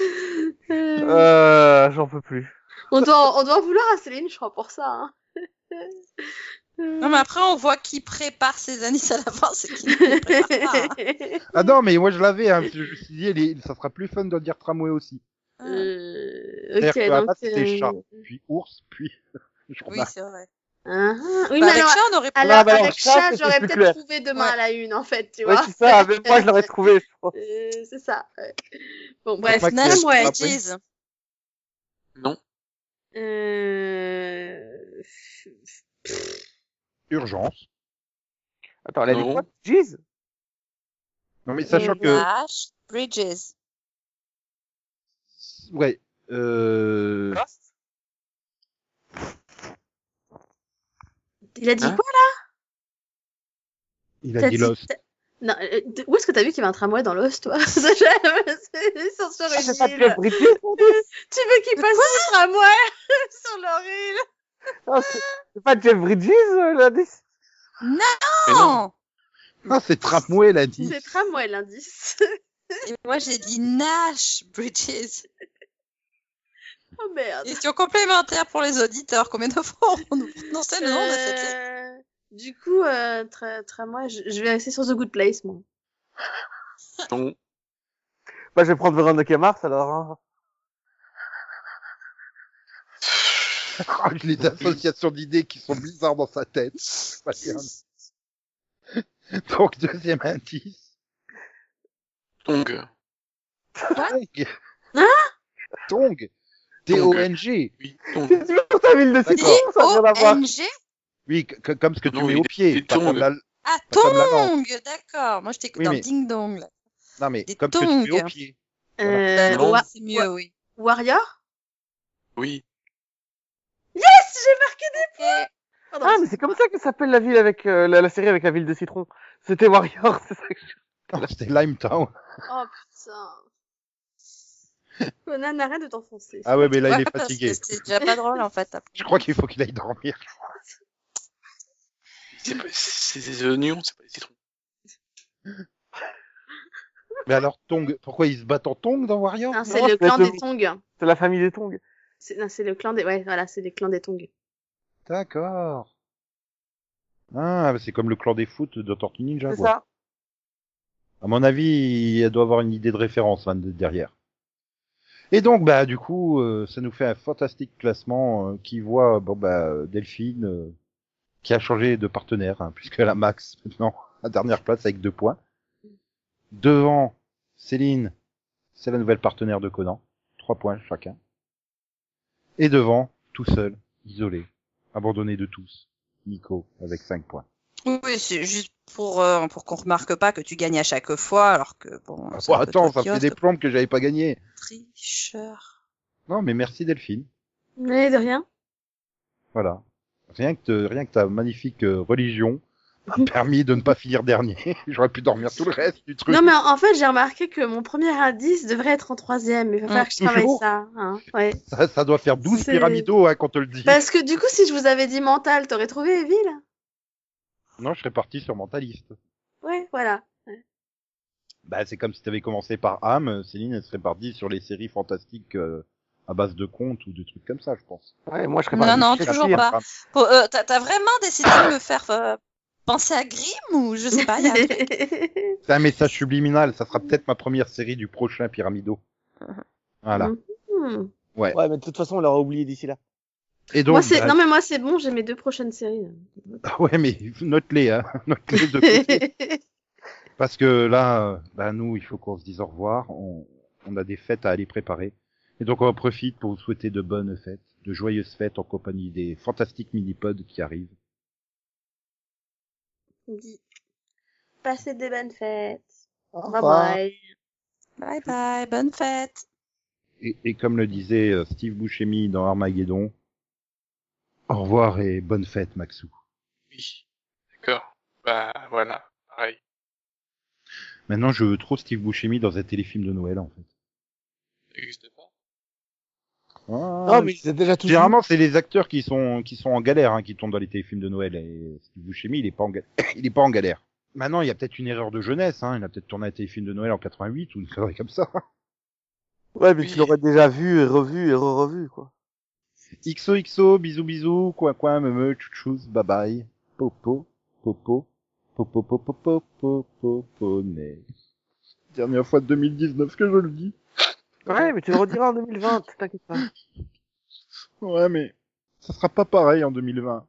Speaker 6: Euh,
Speaker 5: Euh, j'en peux plus.
Speaker 6: on, doit, on doit en vouloir à Céline, je crois, pour ça. hein.
Speaker 3: Non, mais après, on voit qui prépare ses indices à l'avance et qui ne les prépare pas.
Speaker 2: Ah non, mais moi, je l'avais, hein. parce que Je me suis dit, elle est- ça sera plus fun de dire tramway aussi.
Speaker 3: Ah,
Speaker 6: Euh,
Speaker 2: C'est-à-dire
Speaker 6: ok,
Speaker 2: que à la
Speaker 6: donc.
Speaker 2: base, c'était
Speaker 6: euh,
Speaker 2: chat, puis ours, puis je crois
Speaker 3: Oui, c'est vrai.
Speaker 6: hein, hein. Oui,
Speaker 3: Bah,
Speaker 6: mais
Speaker 3: avec
Speaker 6: alors,
Speaker 3: ça, on aurait pu.
Speaker 6: alors,
Speaker 5: bah Non, mais alors,
Speaker 6: avec
Speaker 5: chat,
Speaker 6: chat,
Speaker 5: c'est
Speaker 6: j'aurais
Speaker 5: plus
Speaker 6: peut-être
Speaker 5: clair.
Speaker 6: trouvé demain à la une, en fait, tu
Speaker 5: Ouais,
Speaker 6: vois.
Speaker 5: c'est ça, même moi je l'aurais trouvé, je pense.
Speaker 6: Euh, c'est ça. ouais. Bon, bref,
Speaker 2: pas que
Speaker 3: Nash,
Speaker 2: ouais.
Speaker 6: Tramway.
Speaker 2: Ah,
Speaker 3: Bridges.
Speaker 4: Non,
Speaker 6: Euh...
Speaker 2: urgence.
Speaker 5: Attends, elle a dit
Speaker 4: Non.
Speaker 5: quoi Jeez
Speaker 2: Non, mais sachant
Speaker 6: Euh,
Speaker 2: que,
Speaker 3: Nash, Bridges.
Speaker 2: ouais, euh,
Speaker 5: Lost
Speaker 6: Il a dit
Speaker 4: Hein
Speaker 6: quoi
Speaker 2: il a
Speaker 6: T'as
Speaker 2: dit
Speaker 6: dit-
Speaker 2: Lost.
Speaker 6: Non, euh, de- où est-ce que t'as vu qu'il y avait un tramway dans l'os, toi C'est sur, sur
Speaker 5: Ah,
Speaker 6: une
Speaker 5: c'est pas
Speaker 6: île.
Speaker 5: Jeff Bridges mon Dieu
Speaker 6: Tu veux qu'il passe un tramway sur leur île
Speaker 5: Non, c'est- C'est pas Jeff Bridges euh, l'indice
Speaker 4: mais non.
Speaker 3: Non
Speaker 2: Ah, c'est Tramway, elle a dit.
Speaker 6: C'est tramway l'indice.
Speaker 3: Et moi, j'ai dit Nash, Bridges.
Speaker 6: Oh merde.
Speaker 3: Question complémentaire pour les auditeurs. Combien de fois on nous prononçait le nom de cette série
Speaker 6: Euh, Du coup, euh, tra- tra- moi, je, je vais rester sur The Good Place, moi.
Speaker 4: Non.
Speaker 5: Bah, je vais prendre Véronique Mars, alors, hein.
Speaker 2: Oh, les associations d'idées qui sont bizarres dans sa tête. Merde. Donc, deuxième indice.
Speaker 4: Tong.
Speaker 3: Ah.
Speaker 2: Tong.
Speaker 6: Hein
Speaker 2: Tong. T-O-N-G.
Speaker 4: Oui, Tong.
Speaker 5: C'est toujours ta ville de
Speaker 2: D'accord.
Speaker 5: Citron, ça n'a rien à voir.
Speaker 3: I-O-N-G
Speaker 2: Oui, que- que- comme ce que tu
Speaker 4: Ah Non,
Speaker 2: mets
Speaker 4: il
Speaker 2: au
Speaker 4: est- il
Speaker 2: pied.
Speaker 4: est
Speaker 2: pas comme
Speaker 4: Tong.
Speaker 2: la-
Speaker 3: Ah,
Speaker 2: Pas comme la langue.
Speaker 3: Tong D'accord. Moi, je t'écoute
Speaker 2: Oui,
Speaker 3: dans
Speaker 2: mais-
Speaker 3: Ding Dong. là.
Speaker 2: Non, mais
Speaker 3: Des
Speaker 2: comme ce que tu mets
Speaker 3: tongs.
Speaker 2: au pied.
Speaker 6: Euh,
Speaker 4: Non.
Speaker 6: Wa-
Speaker 3: C'est mieux, oui.
Speaker 6: Warrior
Speaker 4: Oui.
Speaker 6: Yes, j'ai marqué des points Pardon.
Speaker 5: Ah, mais c'est comme ça que s'appelle la ville avec, euh, la, la série avec la ville de Citron. C'était Warrior, c'est ça que je...
Speaker 2: Non, C'était Limetown.
Speaker 6: Oh putain. Conan, arrête de t'enfoncer.
Speaker 2: Ah ouais, mais là, il
Speaker 3: Ouais,
Speaker 2: est
Speaker 3: parce
Speaker 2: fatigué.
Speaker 3: que C'est déjà pas drôle, en fait. après.
Speaker 2: Je crois qu'il faut qu'il aille dormir.
Speaker 4: C'est pas- c'est des oignons, c'est pas des citrons.
Speaker 2: Mais alors, Tong, pourquoi ils se battent en Tong dans Warrior?
Speaker 6: Non, c'est
Speaker 5: Non,
Speaker 6: le
Speaker 5: je vais
Speaker 6: clan
Speaker 5: te-
Speaker 6: des Tongs.
Speaker 5: C'est la famille des Tongs.
Speaker 6: C'est non, c'est le clan des... Ouais, voilà, c'est les clans des Tongs.
Speaker 2: D'accord. Ah, mais c'est comme le clan des foot de Tortue Ninja,
Speaker 5: C'est
Speaker 2: quoi.
Speaker 5: ça.
Speaker 2: À mon avis, elle doit avoir une idée de référence là, de- derrière. Et donc, bah, du coup, euh, ça nous fait un fantastique classement euh, qui voit, bon, bah, Delphine, euh, qui a changé de partenaire, hein, puisqu'elle a Max maintenant, à dernière place avec deux points. Devant, Céline, c'est la nouvelle partenaire de Conan, trois points chacun. Et devant, tout seul, isolé, abandonné de tous, Nico, avec cinq points.
Speaker 3: Oui, c'est juste pour, euh, pour qu'on remarque pas que tu gagnes à chaque fois, alors que bon. c'est
Speaker 2: Oh,
Speaker 3: un peu
Speaker 2: attends,
Speaker 3: toi
Speaker 2: ça
Speaker 3: qui
Speaker 2: fait
Speaker 3: oses,
Speaker 2: des
Speaker 3: le
Speaker 2: plombes que j'avais pas gagnées.
Speaker 3: Tricheur.
Speaker 2: Non, mais merci Delphine.
Speaker 6: Mais de rien.
Speaker 2: Voilà. Rien que, te- rien que ta magnifique euh, religion m'a permis de ne pas finir dernier. J'aurais pu dormir tout le reste du truc.
Speaker 6: Non, mais en en fait, j'ai remarqué que mon premier indice devrait être en troisième. Il va falloir que je travaille
Speaker 2: toujours
Speaker 6: ça. Hein. Ouais.
Speaker 2: Ça, ça doit faire 12
Speaker 6: C'est-
Speaker 2: pyramidos hein, quand on te le dit.
Speaker 6: Parce que du coup, si je vous avais dit mental, t'aurais trouvé Evie, là
Speaker 2: Non, je serais parti sur mentaliste.
Speaker 6: Ouais, voilà.
Speaker 2: Bah, c'est comme si t'avais commencé par âme. euh, Céline, elle serait partie sur les séries fantastiques euh, à base de contes ou de trucs comme ça, je pense.
Speaker 5: Ouais, moi, je serais
Speaker 3: Non,
Speaker 5: pas
Speaker 3: non,
Speaker 5: je serais
Speaker 3: toujours
Speaker 5: pire.
Speaker 3: pas. Bon, euh, T'as t'as vraiment décidé de me faire euh, penser à Grimm ou je sais pas. il y a un truc.
Speaker 2: C'est un message subliminal. Ça sera peut-être ma première série du prochain pyramido. Voilà.
Speaker 6: Hmm.
Speaker 5: Ouais, mais de toute façon, on l'aura oublié d'ici là.
Speaker 2: Et donc,
Speaker 6: Moi, c'est...
Speaker 2: bah,
Speaker 6: Non, mais moi, c'est bon, j'ai mes deux prochaines séries.
Speaker 2: ouais, mais note-les, hein. Note-les de côté. Parce que là, euh, bah nous, il faut qu'on se dise au revoir. On, on a des fêtes à aller préparer. Et donc, on en profite pour vous souhaiter de bonnes fêtes, de joyeuses fêtes en compagnie des fantastiques mini-pods qui arrivent.
Speaker 6: Dis, Passez des bonnes fêtes.
Speaker 5: Au
Speaker 6: Bye
Speaker 5: revoir.
Speaker 6: bye.
Speaker 3: Bye bye, bonne fête.
Speaker 2: Et, et comme le disait euh, Steve Buscemi dans Armageddon, au revoir et bonne fête, Maxou.
Speaker 4: Oui. D'accord. Bah, voilà. Pareil.
Speaker 2: Maintenant, je veux trop Steve Buscemi dans un téléfilm de Noël, en fait.
Speaker 4: Ça n'existe pas.
Speaker 5: Non, mais c'est déjà tout.
Speaker 2: Généralement, c'est les acteurs qui sont qui sont en galère, hein, qui tombent dans les téléfilms de Noël. Et Steve Buscemi, il est pas en galère. il est pas en galère. Maintenant, il y a peut-être une erreur de jeunesse. Hein. Il a peut-être tourné un téléfilm de Noël en 88 ou une connerie comme ça.
Speaker 5: Ouais, mais
Speaker 4: Oui.
Speaker 5: tu l'aurais déjà vu et revu et re-revu, quoi.
Speaker 2: XOXO, bisous bisous, coin coin, me me, chouchous, bye bye, popo, popo, popo, popo, popo, popo, poponnet. Dernière fois de 2019 que je le dis.
Speaker 5: Ouais, mais tu le rediras en 2020, t'inquiète pas.
Speaker 2: Ouais, mais ça sera pas pareil en 2020.